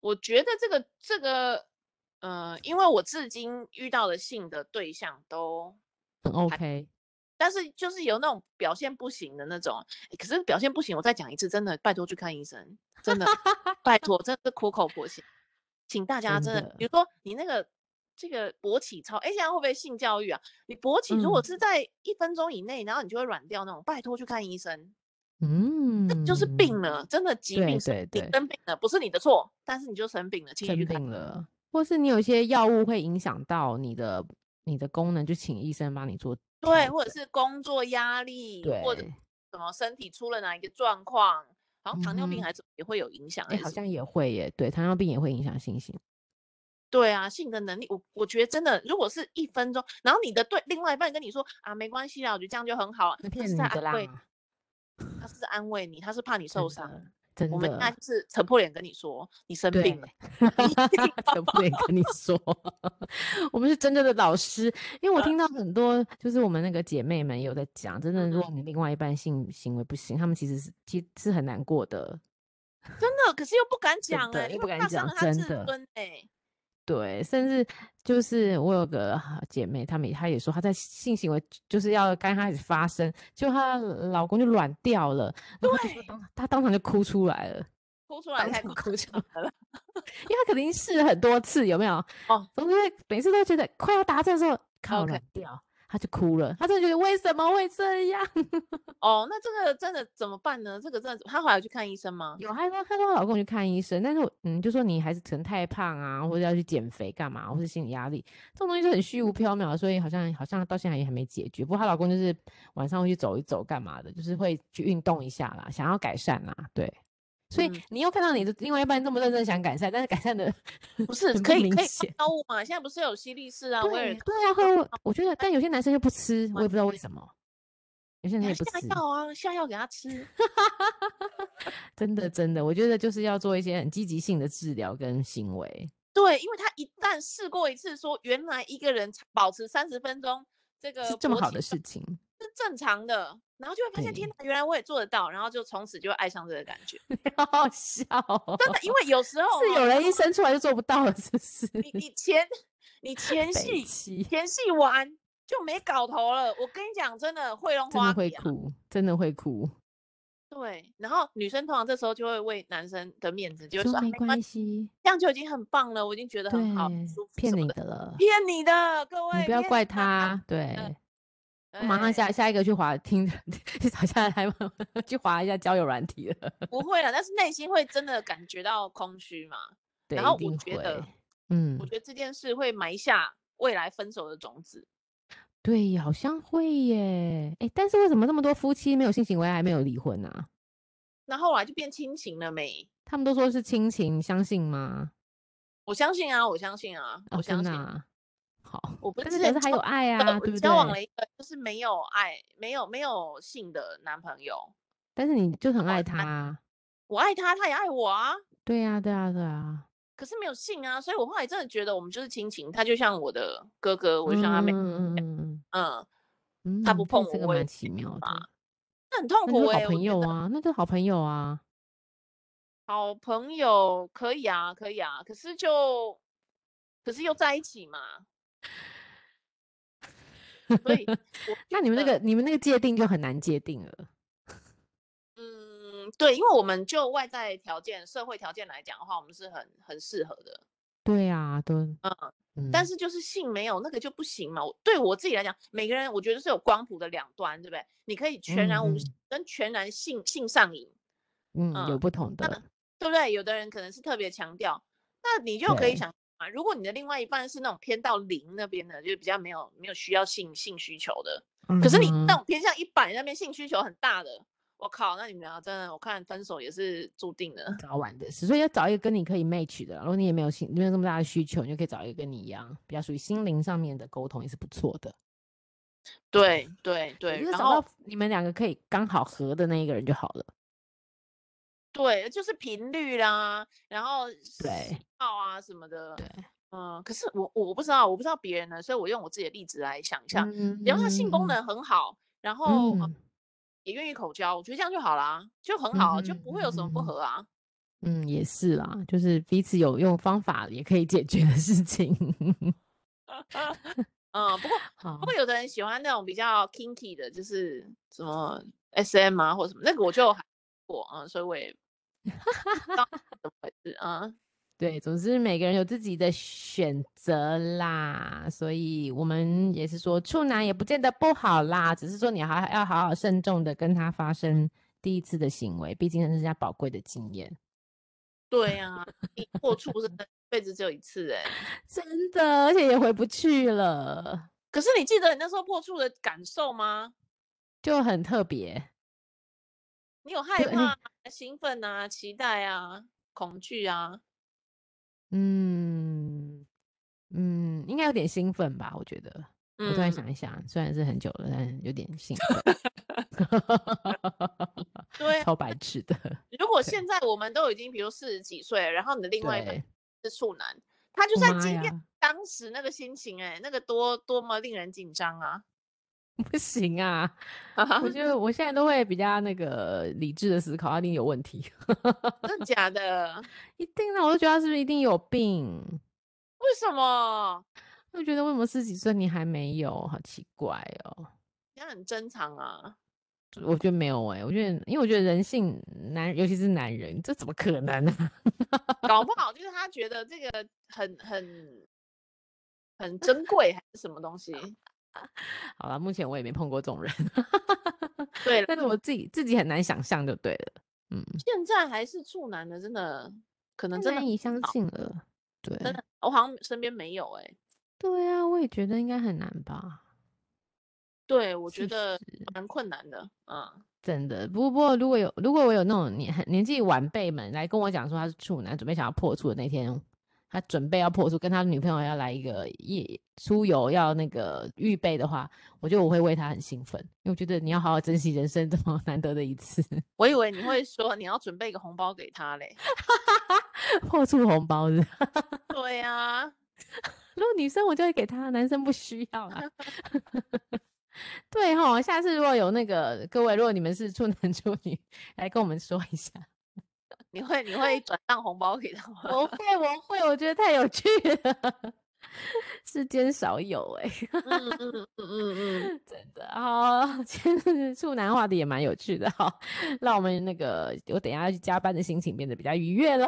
S2: 我觉得这个这个，呃，因为我至今遇到的性的对象都，
S1: 很 OK，
S2: 但是就是有那种表现不行的那种，诶可是表现不行，我再讲一次，真的拜托去看医生，真的拜托，真的是苦口婆心，请大家
S1: 真
S2: 真的，
S1: 的
S2: 比如说你那个。这个勃起超，哎，现在会不会性教育啊？你勃起如果
S1: 嗯
S2: 是在一分钟以内，然后你就会软掉那种，拜托去看医生，
S1: 嗯，
S2: 这就是病了，真的疾病
S1: 对
S2: 生，
S1: 对
S2: 你
S1: 对
S2: 生病了不是你的错，但是你就生病了，请你
S1: 生
S2: 去看。
S1: 病了，或是你有一些药物会影响到你的你的功能，就请医生帮你做
S2: 对，
S1: 调
S2: 或者
S1: 整
S2: 是工作压力，或者
S1: 对，
S2: 什么身体出了哪一个状况，好像糖尿
S1: 嗯
S2: 病
S1: 哼
S2: 还是也会有影响。
S1: 哎、
S2: 还
S1: 好
S2: 是什么
S1: 像也会耶，对，糖尿病也会影响信心。
S2: 对啊，性的能力，我我觉得真的，如果是一分钟，然后你的对另外一半跟你说啊，没关系啦，我觉得这样就很好啊，
S1: 那
S2: 那
S1: 骗
S2: 是
S1: 你
S2: 在
S1: 的
S2: 安慰，
S1: 啦，
S2: 他是安慰你，他是怕你受伤。
S1: 真
S2: 我们现在
S1: 的
S2: 就，是扯破脸跟你说你生病了，
S1: *laughs* 对，不能跟你说， *laughs* 我们是真正的老师，因为我听到很多就是我们那个姐妹们有在讲，真的，如果你另外一半性行为不行，他们其实是其实是很难过的，
S2: 真的，可是又不敢
S1: 真
S2: 讲
S1: 的
S2: 哎、
S1: 又
S2: 因
S1: 不
S2: 为
S1: 敢
S2: 怕
S1: 讲
S2: 伤了他
S1: 真
S2: 自
S1: 的
S2: 尊哎、
S1: 对，甚至就是我有个好姐妹，她们也她也说她在性行为就是要刚开始发生，就她的老公就软掉了，然后她就说
S2: 对
S1: 当她当场就哭出来了，
S2: 哭出来
S1: 当
S2: 太
S1: 场
S2: 夸
S1: 哭出来，
S2: 张了。 *laughs*
S1: 因为她肯定试了很多次，有没有？
S2: 哦，
S1: 总之每次都觉得快要达阵的时候，靠
S2: OK
S1: 软掉，她就哭了，她真的觉得为什么会这样？ *laughs*
S2: 哦，那这个真的怎么办呢？这个真的，他后来有去看医生吗？
S1: 有，她说她说她老公去看医生，但是我嗯，就说你还是可能太胖啊，或者要去减肥干嘛，或是心理压力，这种东西是很虚无缥缈的，所以好像好像到现在也还没解决。不过她老公就是晚上会去走一走干嘛的，就是会去运动一下啦，想要改善啦，对。所以
S2: 嗯
S1: 你又看到你的另外一半这么认真想改善，但是改善的 *laughs*
S2: 不是，
S1: 很
S2: 可
S1: 不
S2: 以
S1: 明
S2: 可以
S1: 显。
S2: 药物嘛？现在不是有犀利士啊、威尔
S1: *laughs* 对
S2: 康
S1: 对啊，会我我觉得，但有些男生就不吃，我也
S2: 完
S1: 不知道为什么，有些人
S2: 给
S1: 也
S2: 他
S1: 不
S2: 下
S1: 吃。
S2: 药啊，下药给他吃。
S1: 真的真的，我觉得就是要做一些很积极性的治疗跟行为。
S2: 对，因为他一旦试过一次，说原来一个人保持三十分钟这个
S1: 是这么
S2: 呃勃
S1: 好
S2: 起
S1: 的
S2: 状
S1: 事情， *laughs*
S2: 是正常的，然后就会发现天
S1: 对
S2: 哪，原来我也做得到，然后就从此就会爱上这个感觉。
S1: 好好笑、哦。
S2: 真的，因为有时候
S1: 是
S2: 哦
S1: 有人一生出来就做不到了，是不是？
S2: 你你前你前
S1: *laughs* 北
S2: 戏
S1: 七
S2: 前戏完就没搞头了。我跟你讲，真的会弄
S1: 真
S2: 花
S1: 的会
S2: 臂啊
S1: 哭，真的会哭，
S2: 对，然后女生通常这时候就会为男生的面子，就会
S1: 说
S2: 说
S1: 没
S2: 关
S1: 关系，
S2: 这样就已经很棒了，我已经觉得
S1: 对
S2: 很好，很舒服，
S1: 骗
S2: 什么
S1: 你
S2: 的，
S1: 的了，
S2: 骗你的，各位，
S1: 你不要
S2: 骗啊嗯
S1: 怪
S2: 你的，
S1: 他，对。马
S2: 哎
S1: 上下下一个去滑 *laughs* 听，好像还 *laughs* 去滑一下交友软体了。
S2: 不会了，但是内心会真的感觉到空虚嘛？
S1: 对，
S2: 后
S1: 一
S2: 我
S1: 定
S2: 觉
S1: 会
S2: 得。
S1: 嗯
S2: 我，觉得这件事会埋下未来分手的种子。
S1: 对耶，好像会耶。哎，但是为什么那么多夫妻没有性行为还没有离婚啊？
S2: 那后来就变亲情了没？
S1: 他们都
S2: 嗯
S1: 说是亲情，你相信吗？
S2: 我相信啊，我相信啊，
S1: 哦，
S2: 我相
S1: 真的
S2: 信。
S1: 啊。好，
S2: 我不
S1: 但
S2: 之
S1: 是可
S2: 前
S1: 是还有
S2: 交
S1: 爱
S2: 呃
S1: 啊，
S2: 我
S1: 对不对？
S2: 交往了一个就是没有爱、没有没有性的男朋友，
S1: 但是你就很爱他
S2: 男
S1: 啊，
S2: 我爱他，他也爱我啊，
S1: 对呀、对呀、对啊呀、
S2: 可是没有性啊，所以我后来真的觉得我们就是亲情，他就像我的哥哥，我就像他妹，
S1: 嗯嗯
S2: 嗯，
S1: 嗯，
S2: 他不
S1: 这
S2: 碰
S1: 这
S2: 我
S1: 个
S2: 我也
S1: 蛮
S2: 不
S1: 奇
S2: 会
S1: 妙的
S2: 吧，那很痛
S1: 那就
S2: 苦
S1: 是好
S2: 哎、我
S1: 朋
S2: 觉
S1: 友
S2: 得
S1: 啊，那就好朋友啊，
S2: 好朋友可以啊，可以啊，可是就可是又在一起嘛，
S1: *laughs*
S2: 所以我
S1: 那
S2: 觉
S1: 你们那
S2: 得
S1: 个你们那个界定就很难界定了，
S2: 嗯，对，因为我们就外在条件、社会条件来讲的话，我们是很很适合的。
S1: 对啊，都
S2: 嗯，
S1: 嗯，
S2: 但是就是性没有那个就不行嘛。我对我自己来讲，每个人我觉得是有光谱的两端，对不对？你可以全然无
S1: 嗯
S2: 性跟全然性性上瘾，
S1: 嗯有
S2: 嗯
S1: 不同的，
S2: 对不对？有的人可能是特别强调，那你就可
S1: 对
S2: 以想嘛，如果你的另外一半是那种偏到零那边的，就是比较没有没有需要性性需求的，可是你
S1: 嗯
S2: 那
S1: 哼
S2: 种偏向一百那边性需求很大的，我靠，那你们俩真的，我看分手也是注定的。 *laughs*
S1: 早晚的事，所以要找一个跟你可以 match 的，然后你也没有心没有这么大的需求，你就可以找一个跟你一样比较属于心灵上面的沟通也是不错的，
S2: 对对对，
S1: 就是
S2: 然
S1: 找
S2: 后
S1: 到你们两个可以刚好合的那一个人就好了，
S2: 对，就是频率啦，然后
S1: 对
S2: 喜好啊什么的，
S1: 对，
S2: 嗯，可是我我不知道，我不知道别人的，所以我用我自己的例子来想一下，
S1: 嗯
S2: 比方说他性功
S1: 嗯
S2: 能很好，然后呃
S1: 嗯
S2: 也愿意口交，我觉得这样就好啦，就很好啊，就
S1: 嗯
S2: 不会有什么不
S1: 嗯
S2: 合啊。
S1: 嗯，也是啦，就是彼此有用方法也可以解决的事情。 *laughs*
S2: 嗯，不过
S1: 好
S2: 不，过有的人喜欢那种比较 kinky 的，就是什么 SM 啊或者什么，那个我就还过啊、嗯，所以我也不
S1: *laughs*
S2: 知道怎么回事啊。嗯
S1: 对，总之每个人有自己的选择啦，所以我们也是说，处男也不见得不好啦，只是说你还要好好慎重的跟他发生第一次的行为，毕竟那是人家宝贵的经验。
S2: 对呀、你过处是一辈子只有一次哎、
S1: 真的，而且也回不去了，
S2: 可是你记得你那时候破处的感受吗？
S1: 就很特别。
S2: 你有害
S1: 对
S2: 怕、啊、兴奋啊、期待啊、恐惧啊？
S1: 嗯嗯，应该有点兴奋吧？我觉得。我突然
S2: 嗯， *laughs*
S1: 想一想，虽然是很久了，但有点兴奋。 *laughs* 超白痴的。
S2: 啊如果现在我们都已经比如四十几岁了，然后你的另外一半
S1: 对，
S2: 是处男，他就
S1: 我
S2: 在
S1: 妈
S2: 今天
S1: 呀
S2: 当时那个心情、哎，那个多多么令人紧张啊！ *laughs*
S1: *laughs* 不行啊！我觉得我现在都会比较那个理智的思考，他一定有问题，
S2: 真的假的？
S1: *laughs* 一定啊的，我都觉得他是不是一定有病？
S2: 为什么？
S1: 我觉得为什么四十几岁你还没有，好奇怪哦。
S2: 这样很正常啊。
S1: 我觉得没有哎、我觉得因为我觉得人性男，尤其是男人，这怎么可能啊呢、
S2: 搞不好就是他觉得这个很很很珍贵，还是什么东西？
S1: *laughs* 好了，目前我也没碰过这种人， *laughs*
S2: 对了，
S1: 但是我自己自己很难想象就对了，嗯，
S2: 现在还是处男的，真的可能
S1: 太
S2: 真的
S1: 难
S2: 很，
S1: 以相信了，对，
S2: 真的，我好像身边没有哎、
S1: 对啊，我也觉得应该很难吧，
S2: 对，我觉
S1: 是
S2: 得
S1: 是
S2: 蛮困难的，嗯，
S1: 真的。不过如果有如果我有那种年年纪晚辈们来跟我讲说他是处男，准备想要破处的那天，他准备要破处，跟他女朋友要来一个夜出游，要那个预备的话，我觉得我会为他很兴奋，因为我觉得你要好好珍惜人生这么 *laughs* 难得的一次
S2: 我以为你会说你要准备一个红包给他嘞， *laughs*
S1: 破处红包的。
S2: 对呀、
S1: *laughs* 如果女生我就会给她，男生不需要啦。 *laughs* 对哈，下次如果有那个各位，如果你们是处男处女，来跟我们说一下。
S2: 你会你会 *laughs* 转账红包给他吗？
S1: 我会，我会，我觉得太有趣了， *laughs* 世间少有哎、
S2: 嗯嗯嗯嗯嗯，
S1: 真的。好， *laughs* 今天处男话题也蛮有趣的，好，让我们那个我等一下要去加班的心情变得比较愉悦了。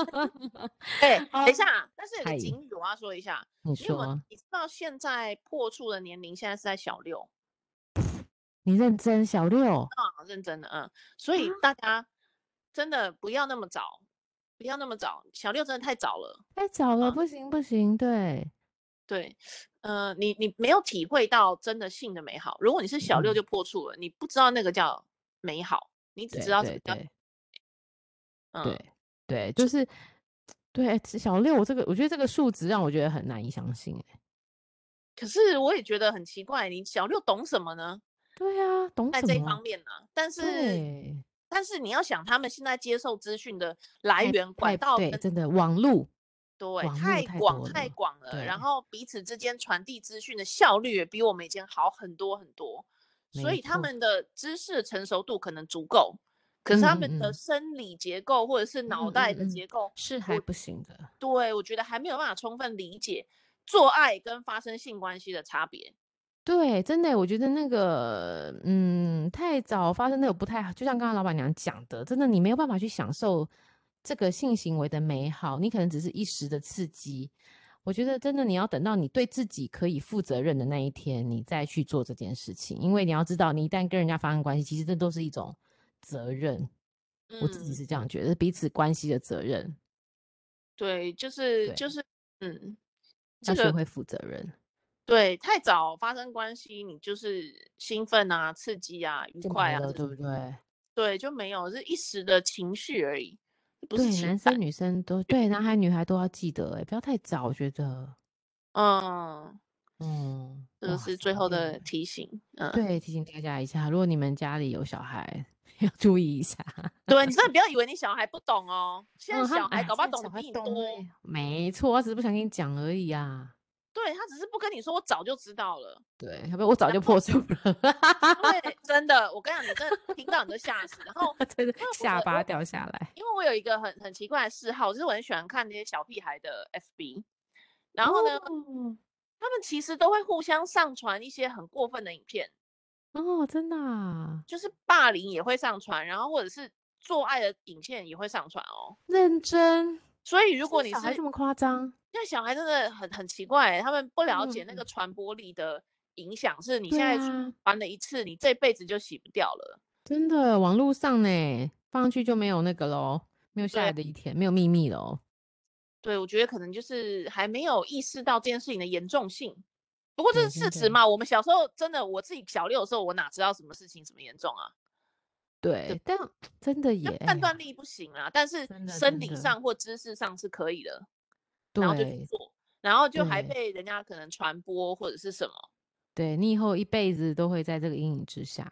S1: *laughs*
S2: *laughs* 哎、等一
S1: 哦
S2: 下，但是有个
S1: 嗨
S2: 警语我要说一下，
S1: 你
S2: 因为我
S1: 说，
S2: 你知道现在破处的年龄现在是在小六
S1: 你认真，小六，
S2: 啊，认真的，嗯，所
S1: 啊
S2: 以大家真的不要那么早，不要那么早，小六真的太早了。
S1: 太早
S2: 啊
S1: 哎了，不行不行，对，
S2: 对，呃，你你没有体会到真的性的美好。如果你是小六
S1: 嗯
S2: 就破处了，你不知道那个叫美好，你只
S1: 对
S2: 知道这
S1: 对
S2: 个叫
S1: 对
S2: 嗯
S1: 对对，就是对小六，我这个我觉得这个数值让我觉得很难以相信哎、
S2: 可是我也觉得很奇怪，你小六懂什么呢？
S1: 对啊，懂
S2: 在
S1: 什
S2: 这一
S1: 么
S2: 方
S1: 啊？
S2: 面呢、但是
S1: 对。
S2: 但是你要想，他们现在接受资讯的
S1: 太
S2: 来源
S1: 太
S2: 管道
S1: 对，
S2: 跟
S1: 真的网路
S2: 对
S1: 网
S2: 太
S1: 络太
S2: 广
S1: 多
S2: 太
S1: 了
S2: 广了，然
S1: 对
S2: 后彼此之间传递资讯的效率也比我们以前好很多很多，所
S1: 没
S2: 以他
S1: 错
S2: 们的知识成熟度可能足够，可是他
S1: 嗯嗯
S2: 们的
S1: 嗯
S2: 生理结构或者是脑袋的
S1: 嗯嗯
S2: 结构，
S1: 是还不行的，
S2: 对我觉得还没有办法充分理解做爱跟发生性关系的差别。
S1: 对，真的，我觉得那个，嗯，太早发生那个不太好，就像刚刚老板娘讲的，真的你没有办法去享受这个性行为的美好，你可能只是一时的刺激。我觉得真的你要等到你对自己可以负责任的那一天，你再去做这件事情，因为你要知道，你一旦跟人家发生关系，其实这都是一种责任。我自己
S2: 嗯，
S1: 是这样觉得，彼此关系的责任，
S2: 对，就是
S1: 对
S2: 就是嗯，
S1: 要
S2: 这
S1: 学
S2: 个
S1: 会负责任。
S2: 对太早发生关系，你就是兴奋啊、刺激啊、愉
S1: 就
S2: 快
S1: 没
S2: 啊，
S1: 了，
S2: 这
S1: 对不对？
S2: 对，就没有，是一时的情绪而已，不是嗯
S1: 对，
S2: 情
S1: 男
S2: 感。
S1: 生女生都对，男孩女孩都要记得、欸，不要太早，我觉得，
S2: 嗯，
S1: 嗯，
S2: 这个
S1: 哇
S2: 是
S1: 塞，
S2: 最后
S1: 哎
S2: 的
S1: 呦
S2: 提醒。嗯，
S1: 对，提醒大家一下，如果你们家里有小孩， *laughs* 要注意一下。
S2: 对，你真的不要以为你小孩不懂哦，现在
S1: 嗯，他
S2: 小
S1: 们
S2: 孩
S1: 哎，
S2: 搞不好
S1: 现在
S2: 懂
S1: 小
S2: 得
S1: 孩
S2: 比你
S1: 懂
S2: 多
S1: 了，欸，没错，我只是不想跟你讲而已啊。
S2: 对他只是不跟你说，我早就知
S1: *laughs*
S2: 道了。
S1: 对，要不然我早
S2: 然
S1: 就破处了， *laughs*
S2: 对，真的，我跟你讲，你真的听到你就吓死。然后
S1: 真的
S2: 因为我
S1: 下
S2: 的
S1: 巴
S2: 我
S1: 掉下来。
S2: 因为我有一个很很奇怪的嗜好，就是我很喜欢看那些小屁孩的 FB，然后呢，
S1: 哦，
S2: 他们其实都会互相上传一些很过分的影片，
S1: 哦，真的、啊，
S2: 就是霸凌也会上传，然后或者是做爱的影片也会上传哦。
S1: 认真。
S2: 所以如
S1: 现
S2: 果
S1: 在
S2: 你
S1: 小孩
S2: 是
S1: 这么夸张，
S2: 那小孩真的很很奇怪欸、他们不了解那
S1: 嗯
S2: 个传播力的影响，是你现
S1: 对
S2: 在
S1: 啊，
S2: 传了一次，你这辈子就洗不掉了。
S1: 真的，网络上呢，放上去就没有那个喽，没有下
S2: 对
S1: 来的一天，没有秘密喽。
S2: 对，我觉得可能就是还没有意识到这件事情的严重性。不过这
S1: 对
S2: 是事
S1: 真
S2: 实
S1: 的
S2: 嘛，我们小时候真的，我自己小六的时候，我哪知道什么事情什么严重啊？
S1: 对，但真的也
S2: 就判断力不行啊，但是
S1: 真的
S2: 生
S1: 真
S2: 理
S1: 的
S2: 上或知识上是可以的，然后就去
S1: 对
S2: 做，然后就还
S1: 对
S2: 被人家可能传播或者是什么。
S1: 对，你以后一辈子都会在这个阴影之下。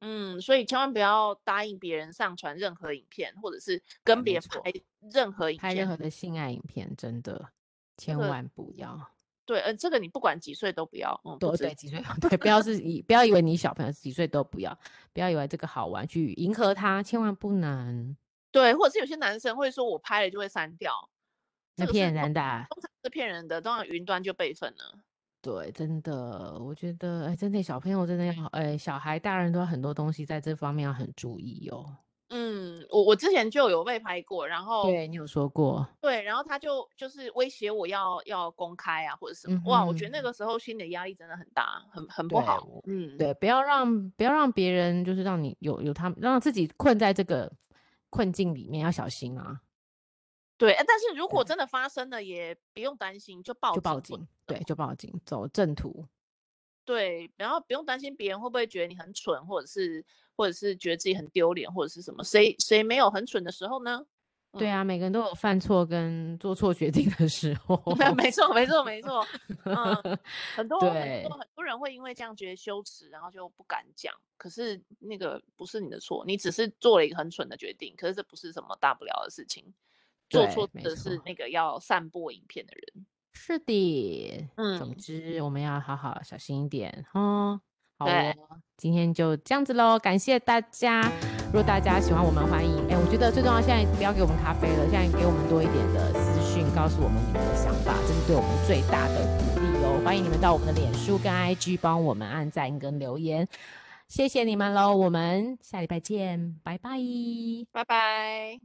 S2: 嗯，所以千万不要答应别人上传任何影片，或者是跟
S1: 没
S2: 别人
S1: 错
S2: 拍任何影
S1: 拍任
S2: 片。
S1: 何的性爱影片，真的千
S2: 个
S1: 万不要。
S2: 对，呃，这个你不管几岁都不要。嗯，
S1: 对
S2: 不止
S1: 对，几岁对，不要是以不要以为你小朋友几岁都不要，不要以为这个好玩去迎合他，千万不能，
S2: 对，或者是有些男生会说我拍了就会删掉，这
S1: 那
S2: 个是
S1: 骗
S2: 通
S1: 人的啊。
S2: 通常是骗人的，通常云端就备份了。
S1: 对，真的，我觉得，哎，真的小朋友真的要，哎，小孩、大人都有很多东西在这方面要很注意哦。
S2: 嗯，我我之前就有被拍过，然后
S1: 对你有说过，
S2: 对，然后他就就是威胁我要要公开啊，或者什么。哇，我觉得那
S1: 嗯哼
S2: 个时候心理压力真的很大，很很不
S1: 对
S2: 好。
S1: 我
S2: 嗯，
S1: 对，不要让不要让别人就是让你有有他们让自己困在这个困境里面，要小心啊，
S2: 对，呃但是如果
S1: 对
S2: 真的发生了，也不用担心，就报
S1: 嗯就报
S2: 或嗯
S1: 警，
S2: 什
S1: 对，
S2: 么
S1: 就报警，走正途。
S2: 对，然后不用担心别人会不会觉得你很蠢，或者是或者是觉得自己很丢脸，或者是什么。谁谁没有很蠢的时候呢？。
S1: 对啊，每个人都有犯错跟做错决定的时候
S2: *laughs*
S1: *laughs*
S2: 没错，没错，没错。嗯很多很
S1: 对
S2: 多很多人会因为这样觉得羞耻，然后就不敢讲。可是那个不是你的错，你只是做了一个很蠢的决定，可是这不是什么大不了的事情。做
S1: 对
S2: 错
S1: 没
S2: 的是
S1: 错
S2: 那个要散播影片的人。
S1: 是的，总
S2: 嗯，
S1: 之我们要好好小心一点哦。好
S2: 对
S1: 哦，今天就这样子喽，感谢大家。如果大家喜欢我们，欢迎哎，我觉得最重要，现在不要给我们咖啡了，现在给我们多一点的私讯，告诉我们你们的想法，这是对我们最大的鼓励哦。欢迎你们到我们的脸书跟 IG 帮我们按赞跟留言，谢谢你们喽，我们下礼拜见，拜拜。
S2: 拜拜。